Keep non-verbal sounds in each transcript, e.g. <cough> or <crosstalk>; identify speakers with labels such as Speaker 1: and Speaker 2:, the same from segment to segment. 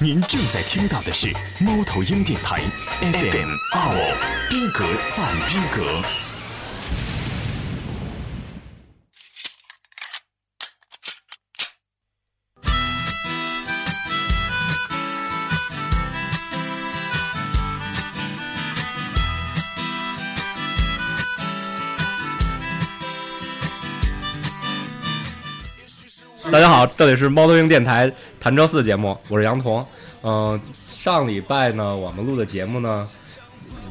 Speaker 1: 您正在听到的是猫头鹰电台 FM 二五逼格赞逼格。
Speaker 2: 大家好，这里是猫头鹰电台谭昭四节目，我是杨彤。嗯、上礼拜呢，我们录的节目呢，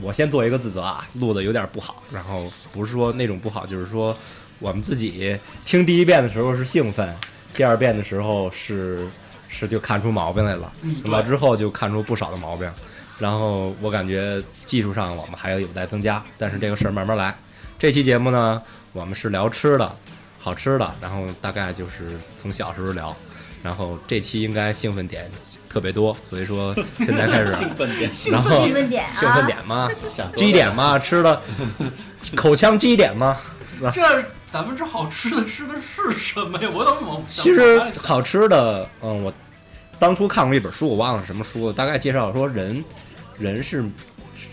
Speaker 2: 我先做一个自责啊，录的有点不好，然后不是说那种不好，就是说我们自己听第一遍的时候是兴奋，第二遍的时候是是就看出毛病来了，了之后就看出不少的毛病。然后我感觉技术上我们还有待增加，但是这个事儿慢慢来。这期节目呢，我们是聊吃的，好吃的，然后大概就是从小时候聊，然后这期应该兴奋点特别多，所以说现在开始啊
Speaker 3: <laughs>
Speaker 2: 兴奋点，然后 <laughs>
Speaker 4: 兴奋点啊
Speaker 2: 兴奋点嘛，积点嘛，吃的口腔积点嘛。
Speaker 3: 这咱们这好吃的吃的是什么呀？我怎么往
Speaker 2: 其实好吃的，嗯，我当初看过一本书，我忘了什么书了，大概介绍说人，人是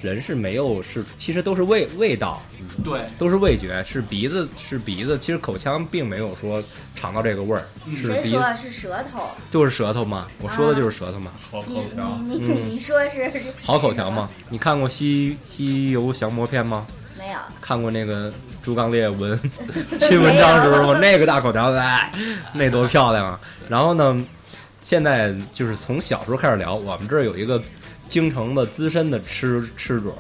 Speaker 2: 人是没有是，其实都是味味道，
Speaker 3: 对
Speaker 2: 都是味觉，是鼻子是鼻子，其实口腔并没有说尝到这个味儿，是
Speaker 4: 嗯谁
Speaker 2: 鼻
Speaker 4: 说是舌头？
Speaker 2: 就是舌头嘛，我说的就是舌头嘛，
Speaker 4: 你你你
Speaker 5: 嗯
Speaker 4: 你说是
Speaker 2: 好口条嘛？。你看过西西游降魔篇吗？
Speaker 4: 没有，
Speaker 2: <laughs> 看过那个朱刚烈文亲文章时候吗？那个大口条，哎，那多漂亮啊！然后呢，现在就是从小时候开始聊，我们这儿有一个京城的资深的吃吃主，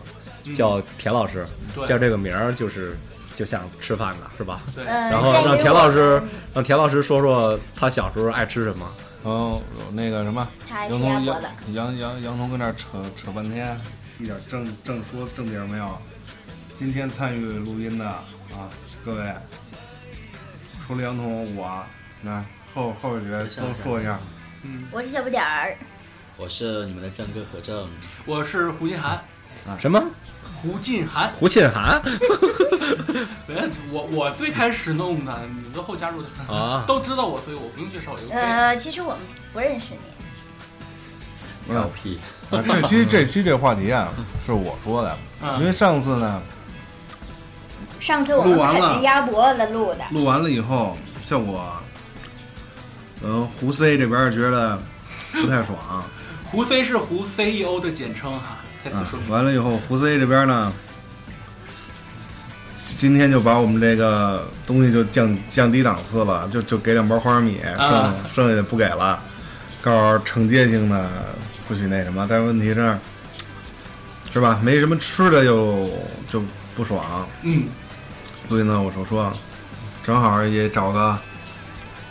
Speaker 2: 叫田老师，
Speaker 3: 对
Speaker 2: 叫这个名儿就是就像吃饭的是吧？
Speaker 3: 对，
Speaker 4: 呃，
Speaker 2: 然后
Speaker 4: 鉴于
Speaker 2: 让田
Speaker 4: 我
Speaker 2: 老师让田老师说说他小时候爱吃什么。
Speaker 5: 嗯，那个什么，
Speaker 4: 他还
Speaker 5: 杨
Speaker 4: 是
Speaker 5: 彤
Speaker 4: 鸭脖
Speaker 5: 杨
Speaker 4: 子，
Speaker 5: 杨杨杨彤跟那儿扯扯半天，一点正正说正经没有。今天参与录音的啊，各位，除了杨彤，我那后后边儿都说一下。
Speaker 4: 我是小不点儿，
Speaker 6: 我是你们的正规和正，
Speaker 2: 嗯
Speaker 3: 我是胡金涵，
Speaker 2: 什么？
Speaker 3: 胡金涵。
Speaker 2: 胡沁涵
Speaker 3: 哎我我最开始弄的，你们都后加入的，
Speaker 2: 啊，
Speaker 3: 都知道我，所以我不用介绍，我就可以。
Speaker 4: 呃，其实我们不认识你，
Speaker 6: 调皮，
Speaker 5: 啊这期这期这话题啊，是我说的，因为
Speaker 3: 嗯，
Speaker 5: 上次呢
Speaker 4: 上次我们
Speaker 5: 录完
Speaker 4: 啃
Speaker 5: 了
Speaker 4: 着鸭脖子录的，
Speaker 5: 录完了以后，效果，嗯，胡 C 这边儿觉得不太爽，
Speaker 3: 胡 C 是胡 CEO 的简称哈，再次
Speaker 5: 啊
Speaker 3: 说明。，
Speaker 5: 完了以后，胡 C 这边呢，今天就把我们这个东西就降降低档次了，就就给两包花生米，剩、
Speaker 3: 啊
Speaker 5: 剩下的不给了，告诉惩戒性的不许那什么，但是问题是，是吧？没什么吃的又就不爽，
Speaker 3: 嗯，
Speaker 5: 所以呢，我就说，正好也找个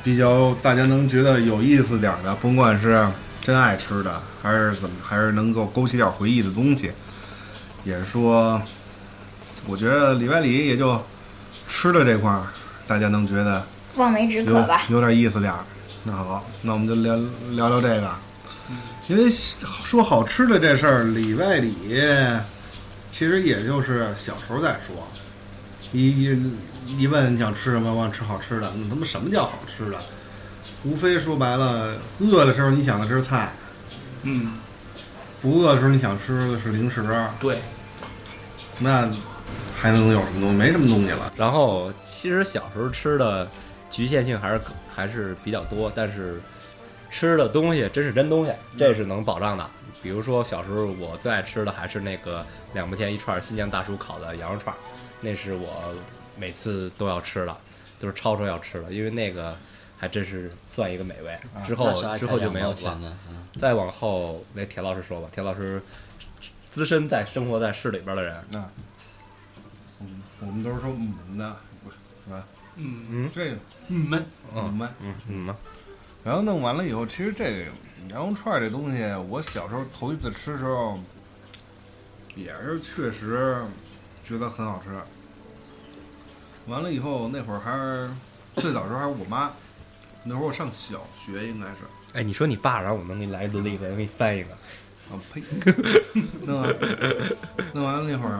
Speaker 5: 比较大家能觉得有意思点儿的，甭管是真爱吃的，还是怎么，还是能够勾起点回忆的东西。也是说，我觉得里外里也就吃的这块儿，大家能觉得
Speaker 4: 望梅止
Speaker 5: 有
Speaker 4: 渴吧。
Speaker 5: 有点意思点儿。那好，那我们就聊聊聊这个，因为说好吃的这事儿，里外里，其实也就是小时候在说。一一一问你想吃什么，我想吃好吃的，那他妈什么叫好吃的？无非说白了，饿的时候你想的是菜，
Speaker 3: 嗯，
Speaker 5: 不饿的时候你想吃的是零食，
Speaker 3: 对，
Speaker 5: 那还能有什么东西？没什么东西了。
Speaker 2: 然后其实小时候吃的局限性还是还是比较多，但是吃的东西真是真东西，
Speaker 6: 嗯
Speaker 2: 这是能保障的。比如说小时候我最爱吃的还是那个两毛钱一串新疆大叔烤的羊肉串儿，那是我每次都要吃的，就是超超要吃的，因为那个还真是算一个美味。之后
Speaker 6: 啊那时候还
Speaker 2: 哦之
Speaker 6: 才
Speaker 2: 后就
Speaker 6: 两
Speaker 2: 没
Speaker 6: 毛
Speaker 2: 有
Speaker 6: 钱
Speaker 2: 了。
Speaker 6: 呢。嗯，
Speaker 2: 再往后，那田老师说吧，田老师资深在生活在市里边的人，
Speaker 5: 那、嗯，我们都是说嗯的，不是是吧？
Speaker 3: 嗯
Speaker 2: 嗯
Speaker 5: 这个
Speaker 3: 你们
Speaker 5: 嗯
Speaker 2: 嗯
Speaker 5: 们。
Speaker 2: 嗯嗯嘛，
Speaker 5: 然后弄完了以后，其实这羊肉串儿这东西，我小时候头一次吃的时候，也是确实觉得很好吃。完了以后，那会儿还是最早时候还是我妈，那会儿我上小学应该是，
Speaker 2: 哎，你说你爸，然后我能给你来一轮例子，我给你翻一个。
Speaker 5: 啊呸！ <laughs> 弄完弄完了那会儿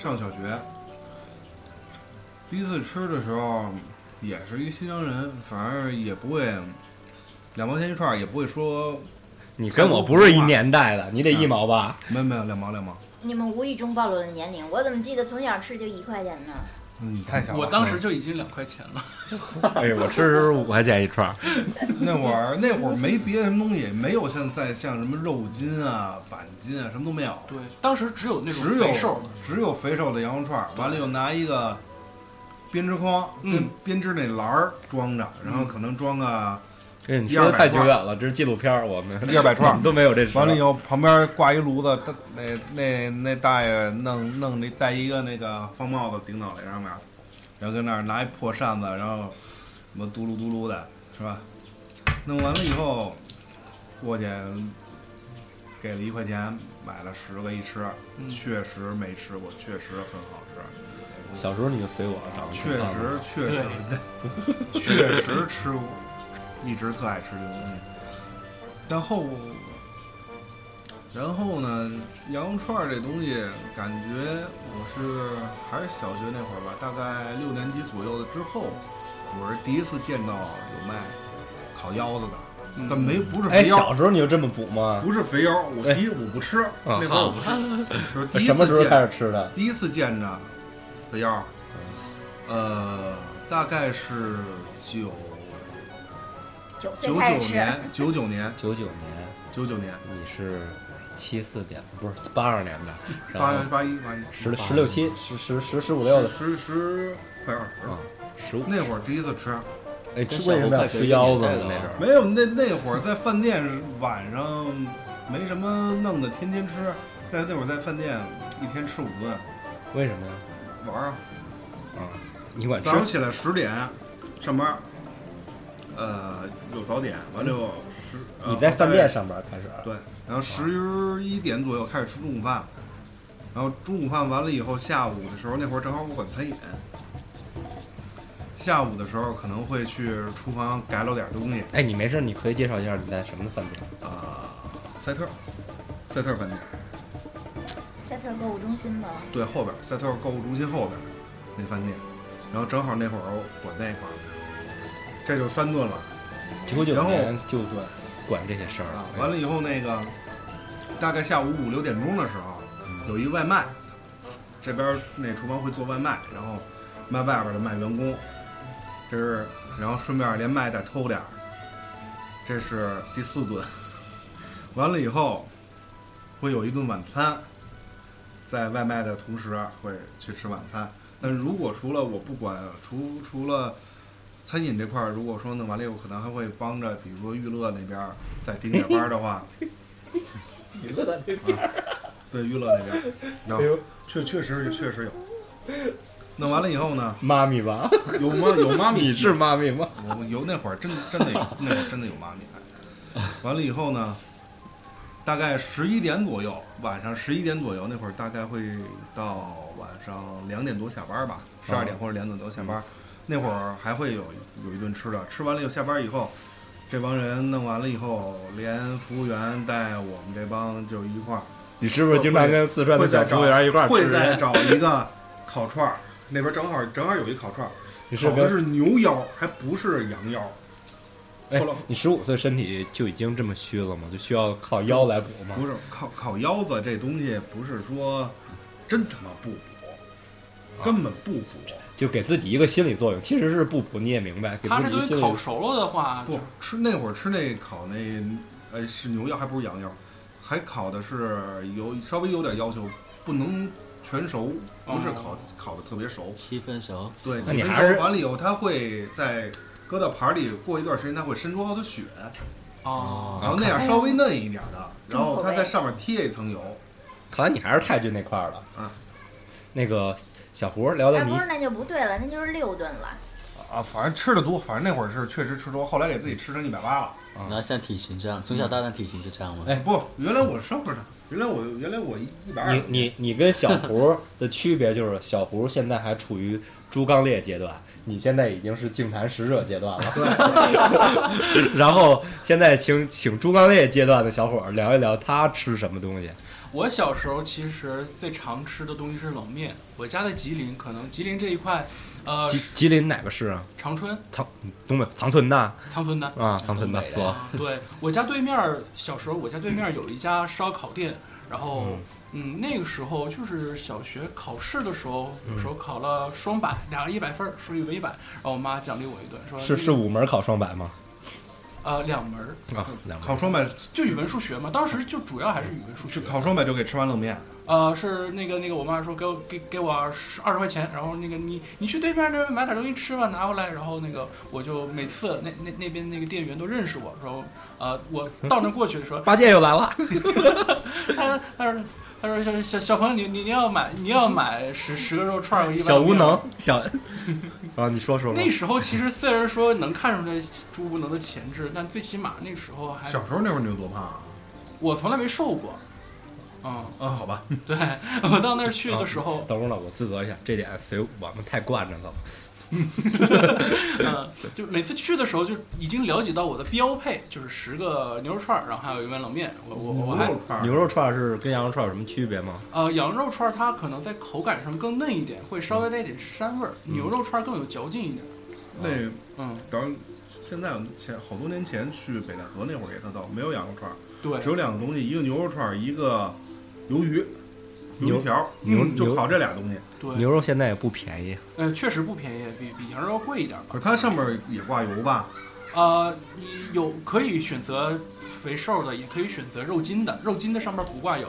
Speaker 5: 上小学，第一次吃的时候也是一新疆人，反正也不会两毛钱一串，儿，也不会说
Speaker 2: 你跟我不是一年代的，你得一毛吧？
Speaker 5: 没有没有两毛两毛，
Speaker 4: 你们无意中暴露了年龄，我怎么记得从小吃就一块钱呢？
Speaker 5: 嗯，太小了。
Speaker 3: 我当时就已经两块钱了，
Speaker 2: <laughs> 哎呦，我吃的时候五块钱一串儿，
Speaker 5: 嗯那会儿那会儿没别的什么东西，没有现在像什么肉筋啊、板筋啊，什么都没有，
Speaker 3: 对，当时只有那种
Speaker 5: 只有
Speaker 3: 肥瘦的，
Speaker 5: 只有肥瘦的羊肉串儿，
Speaker 3: 对
Speaker 5: 完了又拿一个编织筐、
Speaker 3: 嗯
Speaker 5: 编编织那篮儿装着，然后可能装个
Speaker 2: 跟哎你说的太久远了，这是纪录片儿，我们
Speaker 5: 一二百串儿。
Speaker 2: <laughs> 都没有这吃
Speaker 5: 完了以后，旁边挂一炉子，他那那那大爷弄弄那戴一个那个方帽子顶脑袋上面，然后跟那儿拿一破扇子，然后什么嘟噜嘟噜的，是吧？弄完了以后，过去给了一块钱，买了十个一吃，
Speaker 3: 嗯
Speaker 5: 确实没吃过，确实很好吃。
Speaker 2: 小时候你就随我长，
Speaker 5: 确实，确实， <laughs> 确实吃过，一直特爱吃这个东西。然后，然后呢，羊肉串儿这东西，感觉我是还是小学那会儿吧，大概六年级左右的之后，我是第一次见到有卖烤腰子的，
Speaker 3: 嗯
Speaker 5: 但没不是
Speaker 2: 哎，
Speaker 5: 肥腰，
Speaker 2: 小时候你就这么补吗？
Speaker 5: 不是肥腰，我
Speaker 2: 哎
Speaker 5: 第一我不吃，
Speaker 2: 啊
Speaker 5: 那会儿我不吃，就是第一
Speaker 2: 什么时候
Speaker 5: 次见
Speaker 2: 开始吃的？
Speaker 5: 第一次见着肥腰，呃，大概是九
Speaker 4: 九岁
Speaker 5: 九九
Speaker 4: 开始吃，
Speaker 5: 年，九九年，
Speaker 2: 九九年，
Speaker 5: 九九年，
Speaker 2: 你是七四年，不是八二年的，然
Speaker 5: 八
Speaker 2: 后
Speaker 5: 八一八一，
Speaker 2: 十十六七十十十十五六的
Speaker 5: 十十快二十了
Speaker 2: 啊。十五，
Speaker 5: 那会儿第一次吃，
Speaker 2: 哎，吃为什么要吃腰子呢？那时候
Speaker 5: 没有那那会儿在饭店晚上没什么弄的，天天吃。在那会儿在饭店一天吃五顿
Speaker 2: 为什么呀？
Speaker 5: 玩儿啊，
Speaker 2: 啊，你管吃
Speaker 5: 早上起来十点上班儿，呃，有早点，完了有十。呃
Speaker 2: 你在饭
Speaker 5: 大概
Speaker 2: 店上班开始，啊
Speaker 5: 对，然后十一点左右开始吃中午饭，然后中午饭完了以后，下午的时候那会儿正好我管餐饮，下午的时候可能会去厨房改了点东西，
Speaker 2: 哎，你没事，你可以介绍一下你在什么饭店？
Speaker 5: 啊、赛特，赛特饭店，
Speaker 4: 赛特购物中心吗？
Speaker 5: 对，后边赛特购物中心后边那饭店，然后正好那会儿我管那块儿，这就三顿了。
Speaker 2: 九九
Speaker 5: 然后
Speaker 2: 年就管这些事儿
Speaker 5: 啊
Speaker 2: 了。，哎
Speaker 5: 完了以后那个大概下午五六点钟的时候，有一外卖，这边儿那厨房会做外卖，然后卖外边儿的卖员工，这是然后顺便连卖带偷点儿，这是第四顿。完了以后会有一顿晚餐，在外卖的同时会去吃晚餐。但如果除了我不管，除除了餐饮这块儿，如果说弄完了以后，可能还会帮着，比如说娱乐那边儿再顶点班儿的话，
Speaker 6: <laughs>
Speaker 5: 啊
Speaker 6: 娱乐那边
Speaker 5: 对娱乐那边儿，
Speaker 2: 哎
Speaker 5: 有确确实确实有。弄完了以后呢，
Speaker 2: 妈咪吧，
Speaker 5: 有妈有妈咪，
Speaker 2: <laughs> 你是妈咪吗？
Speaker 5: 我有那会儿真真的有，那会儿真的有妈咪。完了以后呢，大概十一点左右，晚上十一点左右那会儿，大概会到晚上两点多下班吧，十
Speaker 2: 哦
Speaker 5: 二点或者两点多下班。
Speaker 2: 嗯
Speaker 5: 那会儿还会有有一顿吃的，吃完了以后下班以后，这帮人弄完了以后，连服务员带我们这帮就一块儿
Speaker 2: 你是不是经常跟四川的
Speaker 5: 会
Speaker 2: 小
Speaker 5: 再
Speaker 2: 服
Speaker 5: 找
Speaker 2: 务员一块儿吃
Speaker 5: 会再
Speaker 2: 人？
Speaker 5: 找一个烤串儿，那边正好正好有一烤串儿，
Speaker 2: 你是
Speaker 5: 烤的
Speaker 2: 跟
Speaker 5: 是牛腰，还不是羊腰。
Speaker 2: 哎
Speaker 5: 后来，
Speaker 2: 你十五岁身体就已经这么虚了吗？就需要靠腰来补吗？
Speaker 5: 不是烤烤腰子这东西，不是说真他妈不补，
Speaker 2: 啊
Speaker 5: 根本不补。
Speaker 2: 就给自己一个心理作用，其实是不补，你也明白，给
Speaker 3: 他
Speaker 2: 自
Speaker 3: 这
Speaker 2: 己一
Speaker 3: 东西
Speaker 2: 心理
Speaker 3: 烤熟了的话，哦
Speaker 5: 不吃那会儿吃那烤那，呃，是牛腰还不是羊腰，还烤的是有稍微有点要求，不能全熟，不是烤、烤的特别熟。
Speaker 6: 七分熟，
Speaker 5: 对，
Speaker 2: 哦那
Speaker 5: 几
Speaker 2: 你
Speaker 5: 分
Speaker 2: 还是
Speaker 5: 熟完了以后，它会在搁到盘里过一段时间，它会渗出好多血，
Speaker 2: 啊
Speaker 3: 哦，
Speaker 5: 然后那
Speaker 4: 哎
Speaker 5: 样稍微嫩一点的，然后它
Speaker 4: 重口味
Speaker 5: 在上面贴一层油。
Speaker 2: 看来你还是太君那块儿了。
Speaker 5: 啊，
Speaker 2: 那个小胡聊到
Speaker 4: 那
Speaker 2: 你
Speaker 4: 啊哎不是那就不对了，那就是六顿了。
Speaker 5: 啊，反正吃的多，反正那会儿是确实吃多，后来给自己吃成一百八了。
Speaker 2: 啊
Speaker 6: 然后像体型这样，从小到大体型就这样吗？
Speaker 2: 哎
Speaker 5: 不，原来我瘦着呢，原来我原来我一百二。
Speaker 2: 你你你跟小胡的区别就是，小胡现在还处于猪刚烈阶段，你现在已经是净坛使者阶段了。 <laughs> 然后现在请请猪刚烈阶段的小伙儿聊一聊他吃什么东西。
Speaker 3: 我小时候其实最常吃的东西是冷面。我家在吉林，可能吉林这一块，呃，
Speaker 2: 吉吉林哪个市啊？
Speaker 3: 长春、
Speaker 2: 长东北长春的
Speaker 3: 长春的。
Speaker 2: 啊，长春的是吧？
Speaker 3: 对我家对面儿，小时候我家对面儿有一家烧烤店，然后嗯那个时候就是小学考试的时候，有时候考了双百，俩人一百分儿，数语文一百，然后我妈奖励我一顿，说
Speaker 2: 是
Speaker 3: 那
Speaker 2: 是
Speaker 3: 个
Speaker 2: 五门考双百吗？
Speaker 3: 呃两门儿，
Speaker 2: 啊，两门
Speaker 5: 烤双百
Speaker 3: 就语文数学嘛，当时就主要还是语文数学
Speaker 5: 就。烤双百就给吃完冷面，
Speaker 3: 呃，是那个那个，我妈说给我给给我二十块钱，然后那个你你去对面那边买点东西吃吧，拿回来，然后那个我就每次那那那边那个店员都认识我，说呃我到那过去的时候，
Speaker 2: 八戒又来了，
Speaker 3: 他他说他说小小小朋友，你你你要买你要买十十个肉串儿，我一般
Speaker 2: 小
Speaker 3: 不
Speaker 2: 无
Speaker 3: 要
Speaker 2: 能。，小 <laughs> 啊，你说说吧
Speaker 3: 那。时候其实虽然说能看出来猪无能的潜质，但最起码那时候还
Speaker 5: 小时候那会儿你有多胖啊？
Speaker 3: 我从来没瘦过。嗯，
Speaker 5: 啊，好吧，
Speaker 3: 对我到那儿去的时候，
Speaker 2: 等会儿了，我自责一下，这点随我们太惯着了。
Speaker 3: 嗯，就每次去的时候就已经了解到我的标配就是十个牛肉串儿，然后还有一碗冷面。我我我还
Speaker 5: 串
Speaker 2: 牛肉串是跟羊肉串有什么区别吗？
Speaker 3: 呃，羊肉串儿它可能在口感上更嫩一点，会稍微带一点膻味儿；牛肉串儿更有嚼劲一点。
Speaker 5: 那
Speaker 3: 嗯，
Speaker 5: 然后现在前好多年前去北戴河那会儿也特逗，没有羊肉串儿，
Speaker 3: 对，
Speaker 5: 只有两个东西，一个牛肉串儿，一个鱿鱼，鱿
Speaker 2: 牛
Speaker 5: 鱼条儿，
Speaker 2: 牛
Speaker 5: 嗯就
Speaker 2: 牛
Speaker 5: 烤这俩东西。
Speaker 3: 对，
Speaker 2: 牛肉现在也不便宜，
Speaker 3: 呃，确实不便宜，比比羊肉要贵一点吧。
Speaker 5: 可是它上面也挂油吧？
Speaker 3: 呃，你有可以选择肥瘦的，也可以选择肉筋的，肉筋的上面不挂油。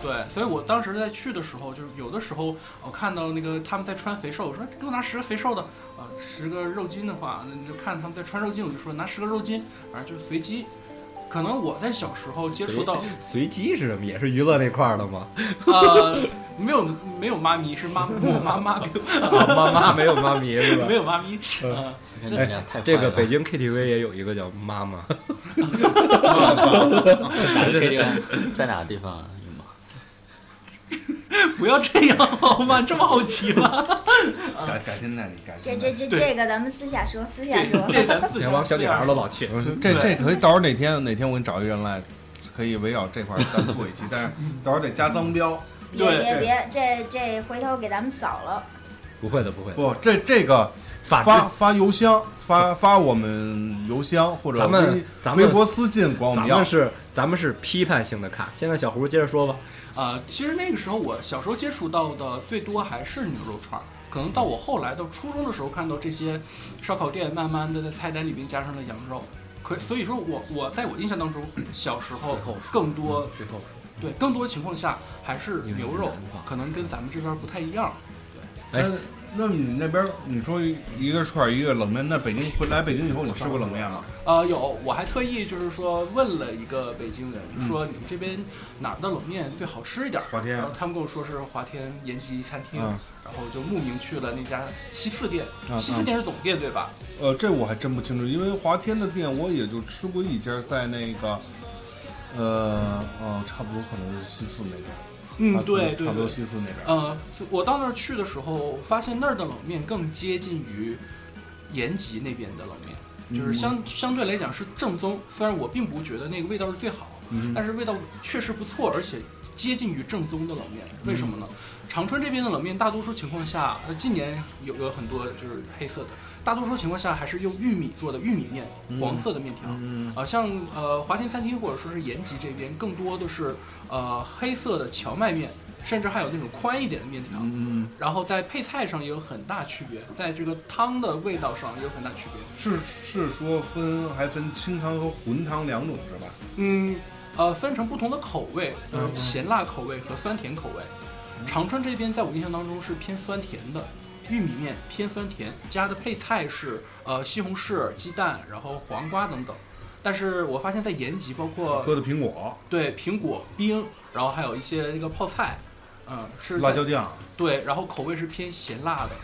Speaker 3: 对，所以我当时在去的时候，就是有的时候我看到那个他们在穿肥瘦，我说给我拿十个肥瘦的，呃，十个肉筋的话，那你就看他们在穿肉筋，我就说拿十个肉筋，反正就是随机。可能我在小时候接触到，
Speaker 2: 随机是什么？也是娱乐那块儿的吗？
Speaker 3: 呃，没有没有妈咪，是妈我妈妈给我
Speaker 2: 啊，妈妈没有妈咪是吧
Speaker 3: 没？有妈咪，呃，
Speaker 6: 我看你们俩太坏了。
Speaker 2: 这个北京 KTV 也有一个叫妈妈，
Speaker 6: <laughs> 哪个 KTV 在哪个地方啊有吗？
Speaker 3: 不要这样好吗？这么好奇吗？
Speaker 5: 改改天再理，改
Speaker 4: 这
Speaker 5: 天
Speaker 4: 这
Speaker 5: 再。
Speaker 4: 这
Speaker 3: 对
Speaker 4: 这个咱们私下说，私下说。
Speaker 3: 这咱四
Speaker 2: 那
Speaker 3: 小
Speaker 2: 帮小女孩儿都老去。
Speaker 5: 这
Speaker 3: 对
Speaker 5: 这可以，到时候哪天哪天我给你找一人来，可以围绕这块儿单做一期，但是到时候得加脏标。
Speaker 4: 别
Speaker 3: 对
Speaker 4: 别别，这这回头给咱们扫了。
Speaker 2: 不会的，不会的。
Speaker 5: 不，这这个
Speaker 2: 法
Speaker 5: 发
Speaker 2: 制，
Speaker 5: 发邮箱，发发我们邮箱或者
Speaker 2: 咱们
Speaker 5: 微
Speaker 2: 咱们
Speaker 5: 微博私信管我
Speaker 2: 咱
Speaker 5: 们要
Speaker 2: 们。是咱们是批判性的看。现在小胡接着说吧，
Speaker 3: 呃，其实那个时候我小时候接触到的最多还是牛肉串儿，可能到我后来到初中的时候看到这些烧烤店慢慢的在菜单里面加上了羊肉，可所以说我我在我印象当中，小时候更多
Speaker 6: 最后
Speaker 3: 对更多情况下还是牛肉，可能跟咱们这边不太一样。
Speaker 2: 哎
Speaker 5: 那那你那边儿你说一个串儿一个冷面，那北京回来北京以后你吃过冷面吗？
Speaker 3: 呃，有，我还特意就是说问了一个北京人，说你们这边哪儿的冷面最好吃一点儿？
Speaker 5: 嗯华天
Speaker 3: 然后他们跟我说是华天延吉餐厅，
Speaker 5: 嗯
Speaker 3: 然后就慕名去了那家西四店。
Speaker 5: 嗯
Speaker 3: 西四店是总店对吧？
Speaker 5: 呃，这我还真不清楚，因为华天的店我也就吃过一家，在那个，呃，哦，差不多可能是西四那边儿，差
Speaker 3: 嗯，
Speaker 5: 不多
Speaker 3: 对对
Speaker 5: 差不多
Speaker 3: 对。
Speaker 5: 西四那边儿。
Speaker 3: 呃，我到那儿去的时候，发现那儿的冷面更接近于延吉那边的冷面，
Speaker 5: 嗯
Speaker 3: 就是相、相对来讲是正宗。虽然我并不觉得那个味道是最好，
Speaker 5: 嗯
Speaker 3: 但是味道确实不错，而且接近于正宗的冷面。为什么呢？长春这边的冷面，大多数情况下，呃，今年有有很多就是黑色的，大多数情况下还是用玉米做的玉米面，黄色的面条。
Speaker 5: 嗯，
Speaker 3: 啊，像呃华天餐厅或者说是延吉这边，更多的是呃黑色的荞麦面，甚至还有那种宽一点的面条。
Speaker 5: 嗯，
Speaker 3: 然后在配菜上也有很大区别，在这个汤的味道上也有很大区别。
Speaker 5: 是是说分还分清汤和浑汤两种是吧？
Speaker 3: 嗯，呃，分成不同的口味，呃
Speaker 5: 嗯，嗯嗯
Speaker 3: 咸辣口味和酸甜口味。长春这边在我印象当中是偏酸甜的，玉米面偏酸甜，加的配菜是呃西红柿、鸡蛋，然后黄瓜等等。但是我发现，在延吉，包括
Speaker 5: 搁的苹果、
Speaker 3: 对苹果冰，然后还有一些那个泡菜，嗯、是
Speaker 5: 辣
Speaker 3: 在
Speaker 5: 椒酱，
Speaker 3: 对，然后口味是偏咸辣
Speaker 6: <laughs>
Speaker 3: 的。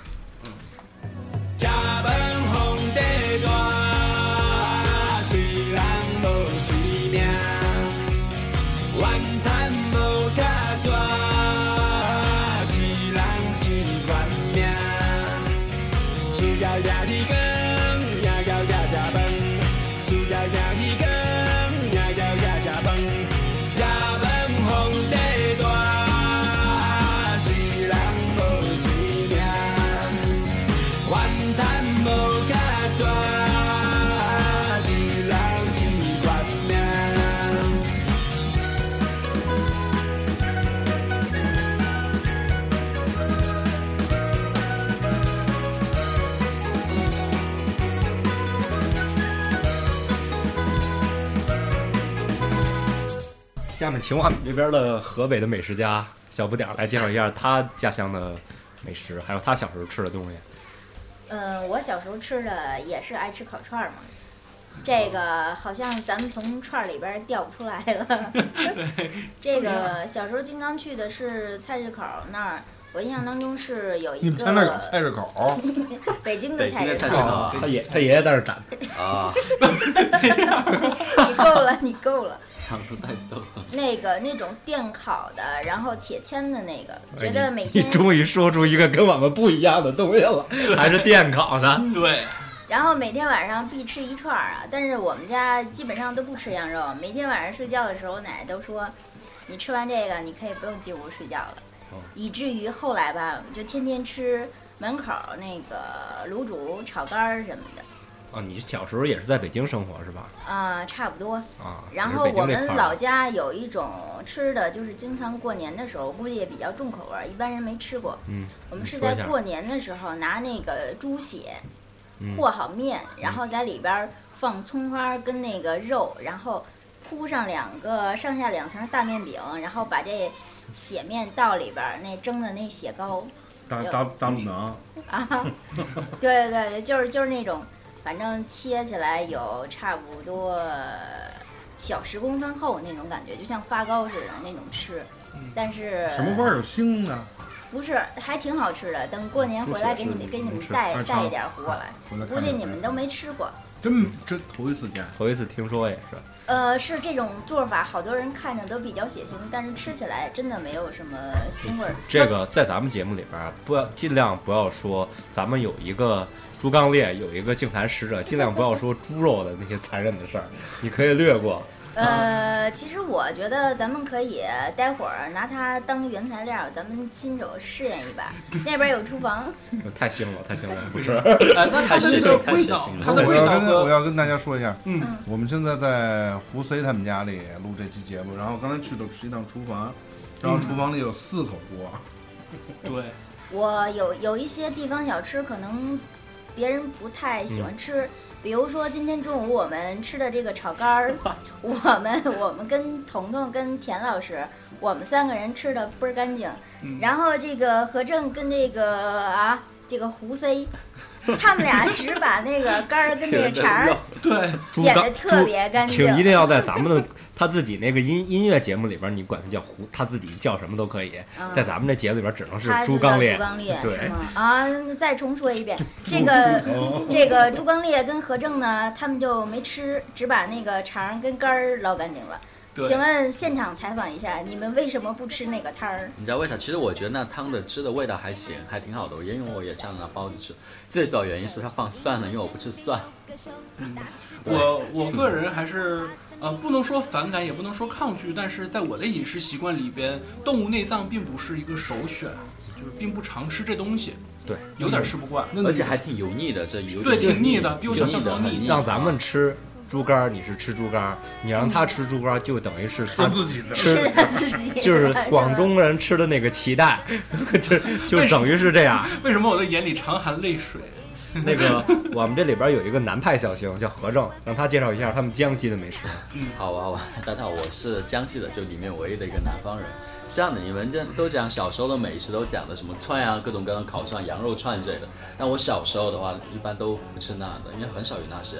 Speaker 7: Hãy subscribe cho kênh Ghiền Mì Gõ Để không bỏ lỡ
Speaker 2: 下面请我们这边的河北的美食家小不点儿来介绍一下他家乡的美食，还有他小时候吃的东西。
Speaker 4: 嗯，我小时候吃的也是爱吃烤串儿嘛，这个好像咱们从串儿里边儿调不出来
Speaker 6: <laughs>
Speaker 4: 了。这个小时候经常去的是菜市口那儿，我印象当中是有
Speaker 5: 你
Speaker 4: 一
Speaker 5: 们家那儿有
Speaker 4: 个
Speaker 5: 菜市口？
Speaker 4: 北京的
Speaker 6: 北
Speaker 4: 菜
Speaker 6: 京
Speaker 4: 市
Speaker 6: 的菜
Speaker 4: 口
Speaker 6: 市。口
Speaker 2: 他爷他爷爷在这儿展，
Speaker 6: 啊， <laughs>
Speaker 4: 你够了，你够了。
Speaker 6: 他们都带动
Speaker 4: 那个那种电烤的，然后铁签的那个，
Speaker 2: 哎
Speaker 4: 觉得每
Speaker 2: 你
Speaker 4: 天，
Speaker 2: 终于说出一个跟我们不一样的东西了，还是电烤的。
Speaker 3: 对，
Speaker 4: 然后每天晚上必吃一串儿啊。但是我们家基本上都不吃羊肉，每天晚上睡觉的时候，我奶奶都说，你吃完这个，你可以不用进屋睡觉了。
Speaker 2: 哦
Speaker 4: 以至于后来吧，我们就天天吃门口儿那个卤煮、炒肝儿什么的，
Speaker 2: 哦，你小时候也是在北京生活是吧？
Speaker 4: 啊、差不多。
Speaker 2: 啊，
Speaker 4: 然
Speaker 2: 也是
Speaker 4: 后
Speaker 2: 北京
Speaker 4: 我
Speaker 2: 这块
Speaker 4: 们
Speaker 2: 儿
Speaker 4: 老家有一种吃的，就是经常过年的时候，估计也比较重口味儿，一般人没吃过。
Speaker 2: 嗯，
Speaker 4: 我们
Speaker 2: 你
Speaker 4: 是
Speaker 2: 说一
Speaker 4: 在
Speaker 2: 下
Speaker 4: 过年的时候拿那个猪血
Speaker 2: 嗯
Speaker 4: 和好面，然后在里边儿放葱花跟那个肉，然后铺上两个上下两层大面饼，然后把这血面倒里边儿，那蒸的那血糕
Speaker 5: 打打打卤囊，
Speaker 4: 啊，对对对，就是就是那种，反正切起来有差不多小十公分厚那种感觉，就像发糕似的那种吃
Speaker 3: 嗯。
Speaker 4: 但是
Speaker 5: 什么味儿？有腥的，
Speaker 4: 不是，还挺好吃的。等过年回来给你
Speaker 5: 猪血
Speaker 4: 们
Speaker 5: 是
Speaker 4: 给你
Speaker 5: 能
Speaker 4: 们
Speaker 5: 吃
Speaker 4: 带
Speaker 5: 二叉
Speaker 4: 带一点儿过来，
Speaker 5: 回来看看啊嗯
Speaker 4: 估计你们都没吃过。
Speaker 5: 真真头一次见。
Speaker 2: 头一次听说也是。
Speaker 4: 呃，是这种做法，好多人看着都比较血腥，但是吃起来真的没有什么腥
Speaker 5: <laughs> 啊
Speaker 4: 味儿。
Speaker 2: 这个在咱们节目里边儿啊不要尽量不要说，咱们有一个猪刚烈，有一个净坛使者，尽量不要说猪肉的那些残忍的事儿，你可以略过。
Speaker 4: 呃，其实我觉得咱们可以待会儿拿它当原材料，咱们亲手试验一把。那边有厨房，
Speaker 2: 呃太腥了，太腥了，不
Speaker 4: <laughs>
Speaker 2: 吃。
Speaker 3: 哎，那它
Speaker 6: 太
Speaker 3: 的那
Speaker 6: 血腥
Speaker 3: 个
Speaker 6: 太
Speaker 3: 味
Speaker 6: 血
Speaker 3: 道
Speaker 6: 腥，了
Speaker 3: 它的
Speaker 5: 我
Speaker 3: 味
Speaker 5: 要
Speaker 3: 道
Speaker 5: 跟我
Speaker 3: 和
Speaker 5: 要跟大家说一下，
Speaker 3: 嗯，
Speaker 5: 我们现在在胡 C 他们家里录这期节目，然后刚才去的是一趟厨房，然后厨房里有四口锅，
Speaker 3: 对，
Speaker 4: 我有有一些地方小吃可能别人不太喜欢吃，比如说今天中午我们吃的这个炒肝儿，我们我们跟彤彤跟田老师，我们三个人吃的倍儿干净。
Speaker 3: 嗯
Speaker 4: 然后这个何正跟这个啊这个胡 C，他们俩只把那个肝儿跟那个肠儿。
Speaker 3: 对，
Speaker 2: 猪
Speaker 4: 显
Speaker 2: 刚
Speaker 4: 得
Speaker 2: 猪
Speaker 4: 特别干净
Speaker 2: 请一定要在咱们的他自己那个音音乐节目里边儿，你管他叫胡，他自己叫什么都可以。
Speaker 4: 嗯
Speaker 2: 在咱们这节目里边儿，只能是
Speaker 4: 他
Speaker 2: 猪
Speaker 4: 知道
Speaker 2: 刚烈
Speaker 4: 猪。刚烈
Speaker 2: <laughs> 对
Speaker 4: 是吗？啊，那再重说一遍，这个这个猪刚烈跟何正呢，他们就没吃，只把那个肠跟肝儿捞干净了。
Speaker 3: 对
Speaker 4: 请问现场采访一下，你们为什么不吃那个汤儿？
Speaker 6: 你知道为啥？其实我觉得那汤的汁的味道还行，还挺好的，因为我也这样拿包子吃。最早原因是它放蒜了，因为我不吃蒜。
Speaker 3: 我我个人还是呃，不能说反感，也不能说抗拒，但是在我的饮食习惯里边，动物内脏并不是一个首选，就是并不常吃这东西，
Speaker 2: 对，
Speaker 3: 有点吃不惯。
Speaker 5: 那
Speaker 6: 而且还挺油腻的，这油
Speaker 3: 对挺腻的比
Speaker 6: 挺
Speaker 3: 我想
Speaker 6: 腻
Speaker 3: 象
Speaker 6: 的，
Speaker 3: 中
Speaker 6: 很
Speaker 3: 腻
Speaker 6: 腻。
Speaker 2: 让咱们吃猪肝儿，你是吃猪肝儿；你让他吃猪肝儿，就等于是他
Speaker 5: 吃自己的，
Speaker 2: 吃
Speaker 4: 是他自己，
Speaker 2: 就是
Speaker 4: 吧
Speaker 2: 广。东人吃的那个脐带， <laughs> 就就等于是这样。
Speaker 3: 为什么我的眼里常含泪水？
Speaker 2: 那个我们这里边有一个南派小星叫何正，让他介绍一下他们江西的美食。
Speaker 6: 好啊，好 <laughs> 啊，大家好，我是江西的，就里面唯一的一个南方人。是这样的，你们这都讲小时候的美食，都讲的什么串啊，各种各样的烤串、羊肉串之类的。那我小时候的话，一般都不吃那的，因为很少有那些。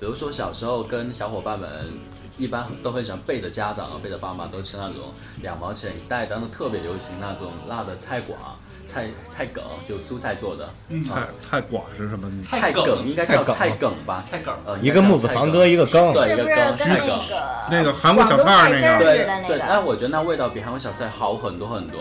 Speaker 6: 比如说小时候跟小伙伴们，一般都很喜欢背着家长、背着爸妈，都吃那种两毛钱一袋，当时特别流行那种辣的菜馆、菜菜梗，就蔬菜做的。
Speaker 5: 菜菜馆是什么？你
Speaker 3: 菜梗
Speaker 6: 梗应该叫
Speaker 2: 嗯菜梗
Speaker 6: 菜梗吧？
Speaker 3: 菜梗
Speaker 6: 呃，
Speaker 2: 一个木字旁搁一
Speaker 6: 个，
Speaker 2: 个羹，
Speaker 6: 对，
Speaker 4: 是
Speaker 6: 一个
Speaker 4: 不是跟
Speaker 6: 梗，
Speaker 4: 那
Speaker 6: 菜梗
Speaker 4: 个。
Speaker 5: 那个韩国小菜
Speaker 4: 广
Speaker 5: 儿那
Speaker 4: 东菜
Speaker 5: 个，
Speaker 4: 式
Speaker 6: 啊对
Speaker 4: 的那
Speaker 6: 对，
Speaker 4: 个
Speaker 6: 但我觉得那味道比韩国小菜好很多很多，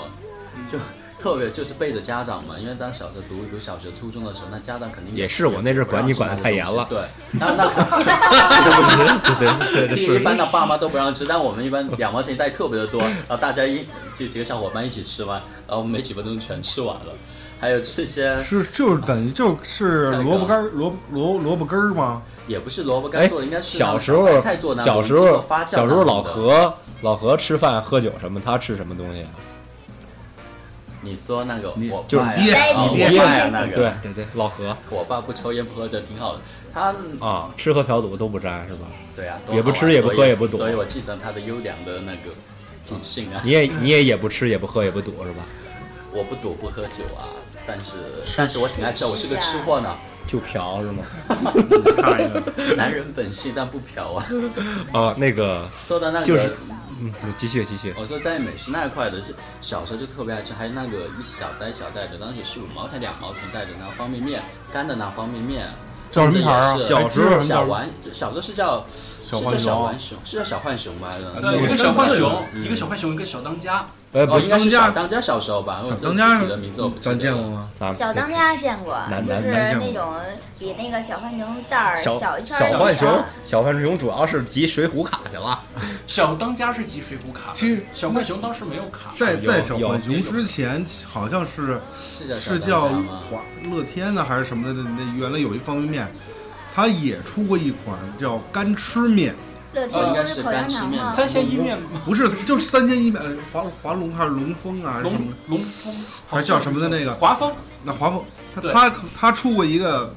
Speaker 6: 就特别就是背着家长嘛，因为当时小时候读读小学、初中的时候，那家长肯定
Speaker 2: 也是我那阵儿管你管得太严了
Speaker 6: 对，那
Speaker 2: <laughs>
Speaker 6: 那
Speaker 2: 对对对对，
Speaker 6: 一一
Speaker 2: 是
Speaker 6: 般的爸妈都不让吃，但我们一般两毛钱一袋特别的多，然后大家一就几个小伙伴一起吃完，然后没几分钟全吃完了，还有吃一些
Speaker 5: 是就是等于就是萝卜干儿萝卜萝萝卜根儿吗？
Speaker 6: 也不是萝卜干
Speaker 2: 哎
Speaker 6: 做的，应该，是那
Speaker 2: 小
Speaker 6: 种
Speaker 2: 时候
Speaker 6: 白菜做的那种
Speaker 2: 小时
Speaker 6: 经过
Speaker 2: 候
Speaker 6: 发酵
Speaker 2: 小时候
Speaker 6: 那种
Speaker 2: 老
Speaker 6: 的，
Speaker 2: 何老何吃饭喝酒什么，他吃什么东西啊？
Speaker 6: 你说那个
Speaker 5: 你
Speaker 6: 我
Speaker 2: 就是
Speaker 6: 爸呀
Speaker 5: 爹
Speaker 6: 啊
Speaker 5: 你爹
Speaker 6: 我爸呀那个
Speaker 2: 对对对，老何
Speaker 6: 我爸不抽烟不喝酒，挺好的。他
Speaker 2: 啊，吃喝嫖赌都不沾是吧？
Speaker 6: 对啊，
Speaker 2: 也不
Speaker 6: 多好啊
Speaker 2: 吃也不喝
Speaker 6: 所以
Speaker 2: 也不赌
Speaker 6: 所以我继承他的优良的那个挺性啊。
Speaker 2: 你也你也也不吃也不喝也不赌是吧？
Speaker 6: 我不赌不喝酒啊，但是但是我挺爱吃，我是啊个吃货呢，
Speaker 2: 就嫖是吗？
Speaker 5: 看一个，
Speaker 6: 男人本性但不嫖啊。
Speaker 2: <laughs>
Speaker 6: <laughs>
Speaker 2: 啊，那个
Speaker 6: 说到那个，
Speaker 2: 就是嗯，你继续继续。
Speaker 6: 我说在美食那一块的是小时候就特别爱吃，还有那个一小袋小袋的，当时是五毛才两毛钱袋的那方便面，干的那方便面。
Speaker 7: 叫什么牌儿啊？
Speaker 6: 是
Speaker 2: 小时候
Speaker 6: 小丸，小时候是叫
Speaker 7: 小
Speaker 6: 是
Speaker 7: 浣
Speaker 6: 叫小
Speaker 7: 熊
Speaker 6: 浣，熊，是叫小浣熊吧？
Speaker 3: 对，呃一个小浣熊，一个小浣熊，一个小当家，
Speaker 2: 呃，
Speaker 6: 哦，
Speaker 2: 不
Speaker 6: 应该
Speaker 2: 是，
Speaker 5: 当
Speaker 6: 是
Speaker 5: 家
Speaker 6: 小当家小时候吧？
Speaker 5: 小
Speaker 6: 我
Speaker 5: 当家
Speaker 6: 具体的名字我不记得
Speaker 5: 咱见过吗？
Speaker 2: 咱
Speaker 4: 小当家见过
Speaker 2: 男，
Speaker 4: 就
Speaker 2: 男
Speaker 4: 是
Speaker 5: 男见过
Speaker 4: 那种比那个小浣熊袋儿
Speaker 2: 小
Speaker 4: 一圈儿
Speaker 2: 小
Speaker 4: 的
Speaker 2: 浣
Speaker 4: 那
Speaker 2: 熊
Speaker 4: 种，
Speaker 2: 小浣熊主要是集水浒卡去了。
Speaker 3: 小当家是集水浒卡的，
Speaker 5: 其实
Speaker 3: 小浣熊当时没有卡，
Speaker 5: 在在
Speaker 2: 有
Speaker 5: 小
Speaker 2: 有
Speaker 5: 浣熊之前，好像是
Speaker 6: 是叫
Speaker 5: 是
Speaker 6: 小
Speaker 5: 叫
Speaker 6: 当家吗？
Speaker 5: 华乐天呢还是什么的？那那原来有一方便面，它也出过一款叫干吃面，
Speaker 4: 乐
Speaker 6: 呃
Speaker 4: 天
Speaker 6: 应
Speaker 2: 哦
Speaker 4: 不
Speaker 6: 该
Speaker 4: 是
Speaker 6: 是
Speaker 4: 口香
Speaker 6: 干吃
Speaker 4: 糖
Speaker 6: 面
Speaker 4: 吗？
Speaker 3: 三鲜一面
Speaker 5: 不是就是三鲜一面，呃华华龙还是龙峰啊，还是什
Speaker 3: 龙
Speaker 5: 么？
Speaker 3: 龙峰
Speaker 5: 还是叫什么的那个
Speaker 3: 华丰，
Speaker 5: 那华丰，他
Speaker 3: 对
Speaker 5: 他他出过一个，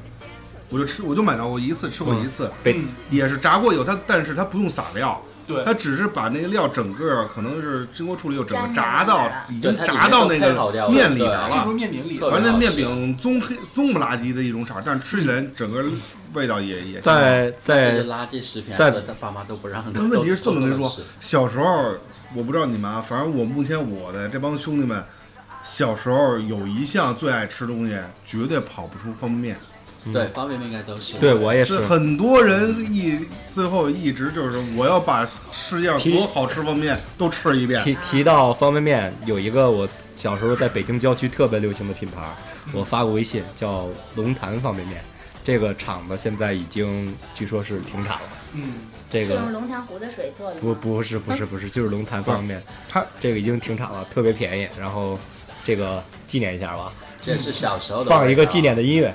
Speaker 5: 我就吃我就买到过一次，吃过一次，
Speaker 2: 被
Speaker 3: 嗯
Speaker 5: 也是炸过有它，但是它不用撒料，
Speaker 3: 对
Speaker 5: 它只是把那个料整个可能是经过处理后整个
Speaker 4: 粘
Speaker 5: 炸
Speaker 4: 在
Speaker 5: 到
Speaker 4: 那儿了
Speaker 5: 已
Speaker 6: 对
Speaker 5: 经
Speaker 6: 它里
Speaker 5: 炸
Speaker 6: 面
Speaker 5: 到
Speaker 6: 都
Speaker 5: 那
Speaker 6: 配好料
Speaker 5: 个
Speaker 6: 了
Speaker 5: 面里
Speaker 6: 对
Speaker 5: 边了，
Speaker 3: 进入面饼里了，
Speaker 5: 反正面饼棕黑棕不拉几的一种色儿，但是吃起来整个味道也也。
Speaker 2: 在
Speaker 6: 这
Speaker 2: 在 <laughs>
Speaker 6: 是垃圾食品，
Speaker 2: 哎
Speaker 6: 啊
Speaker 2: 在
Speaker 6: 他爸妈都不让的。
Speaker 5: 但问题是这
Speaker 6: 都
Speaker 5: 么跟你，
Speaker 6: 都
Speaker 5: 说
Speaker 6: 不能吃，
Speaker 5: 小时候我不知道你们啊，反正我目前我的这帮兄弟们，小时候有一项最爱吃东西，绝对跑不出方便面。
Speaker 6: 对方便面应该都是。
Speaker 2: 嗯对我也
Speaker 5: 是
Speaker 2: 是，
Speaker 5: 很多人一最后一直就是我要把世界上所有好吃方便面都吃一遍。
Speaker 2: 提提到方便面，有一个我小时候在北京郊区特别流行的品牌，我发过微信叫龙潭方便面。这个厂子现在已经据说是停产了。
Speaker 3: 嗯，
Speaker 2: 这
Speaker 4: 是
Speaker 2: 个
Speaker 4: 用龙潭湖的水做的
Speaker 2: 不
Speaker 4: 吗？
Speaker 2: 不是不是不是，就是龙潭方便面，
Speaker 5: 它
Speaker 2: 这个已经停产了，特别便宜。然后这个纪念一下吧，
Speaker 6: 这也是小时候的。
Speaker 2: 放一个纪。念的音乐。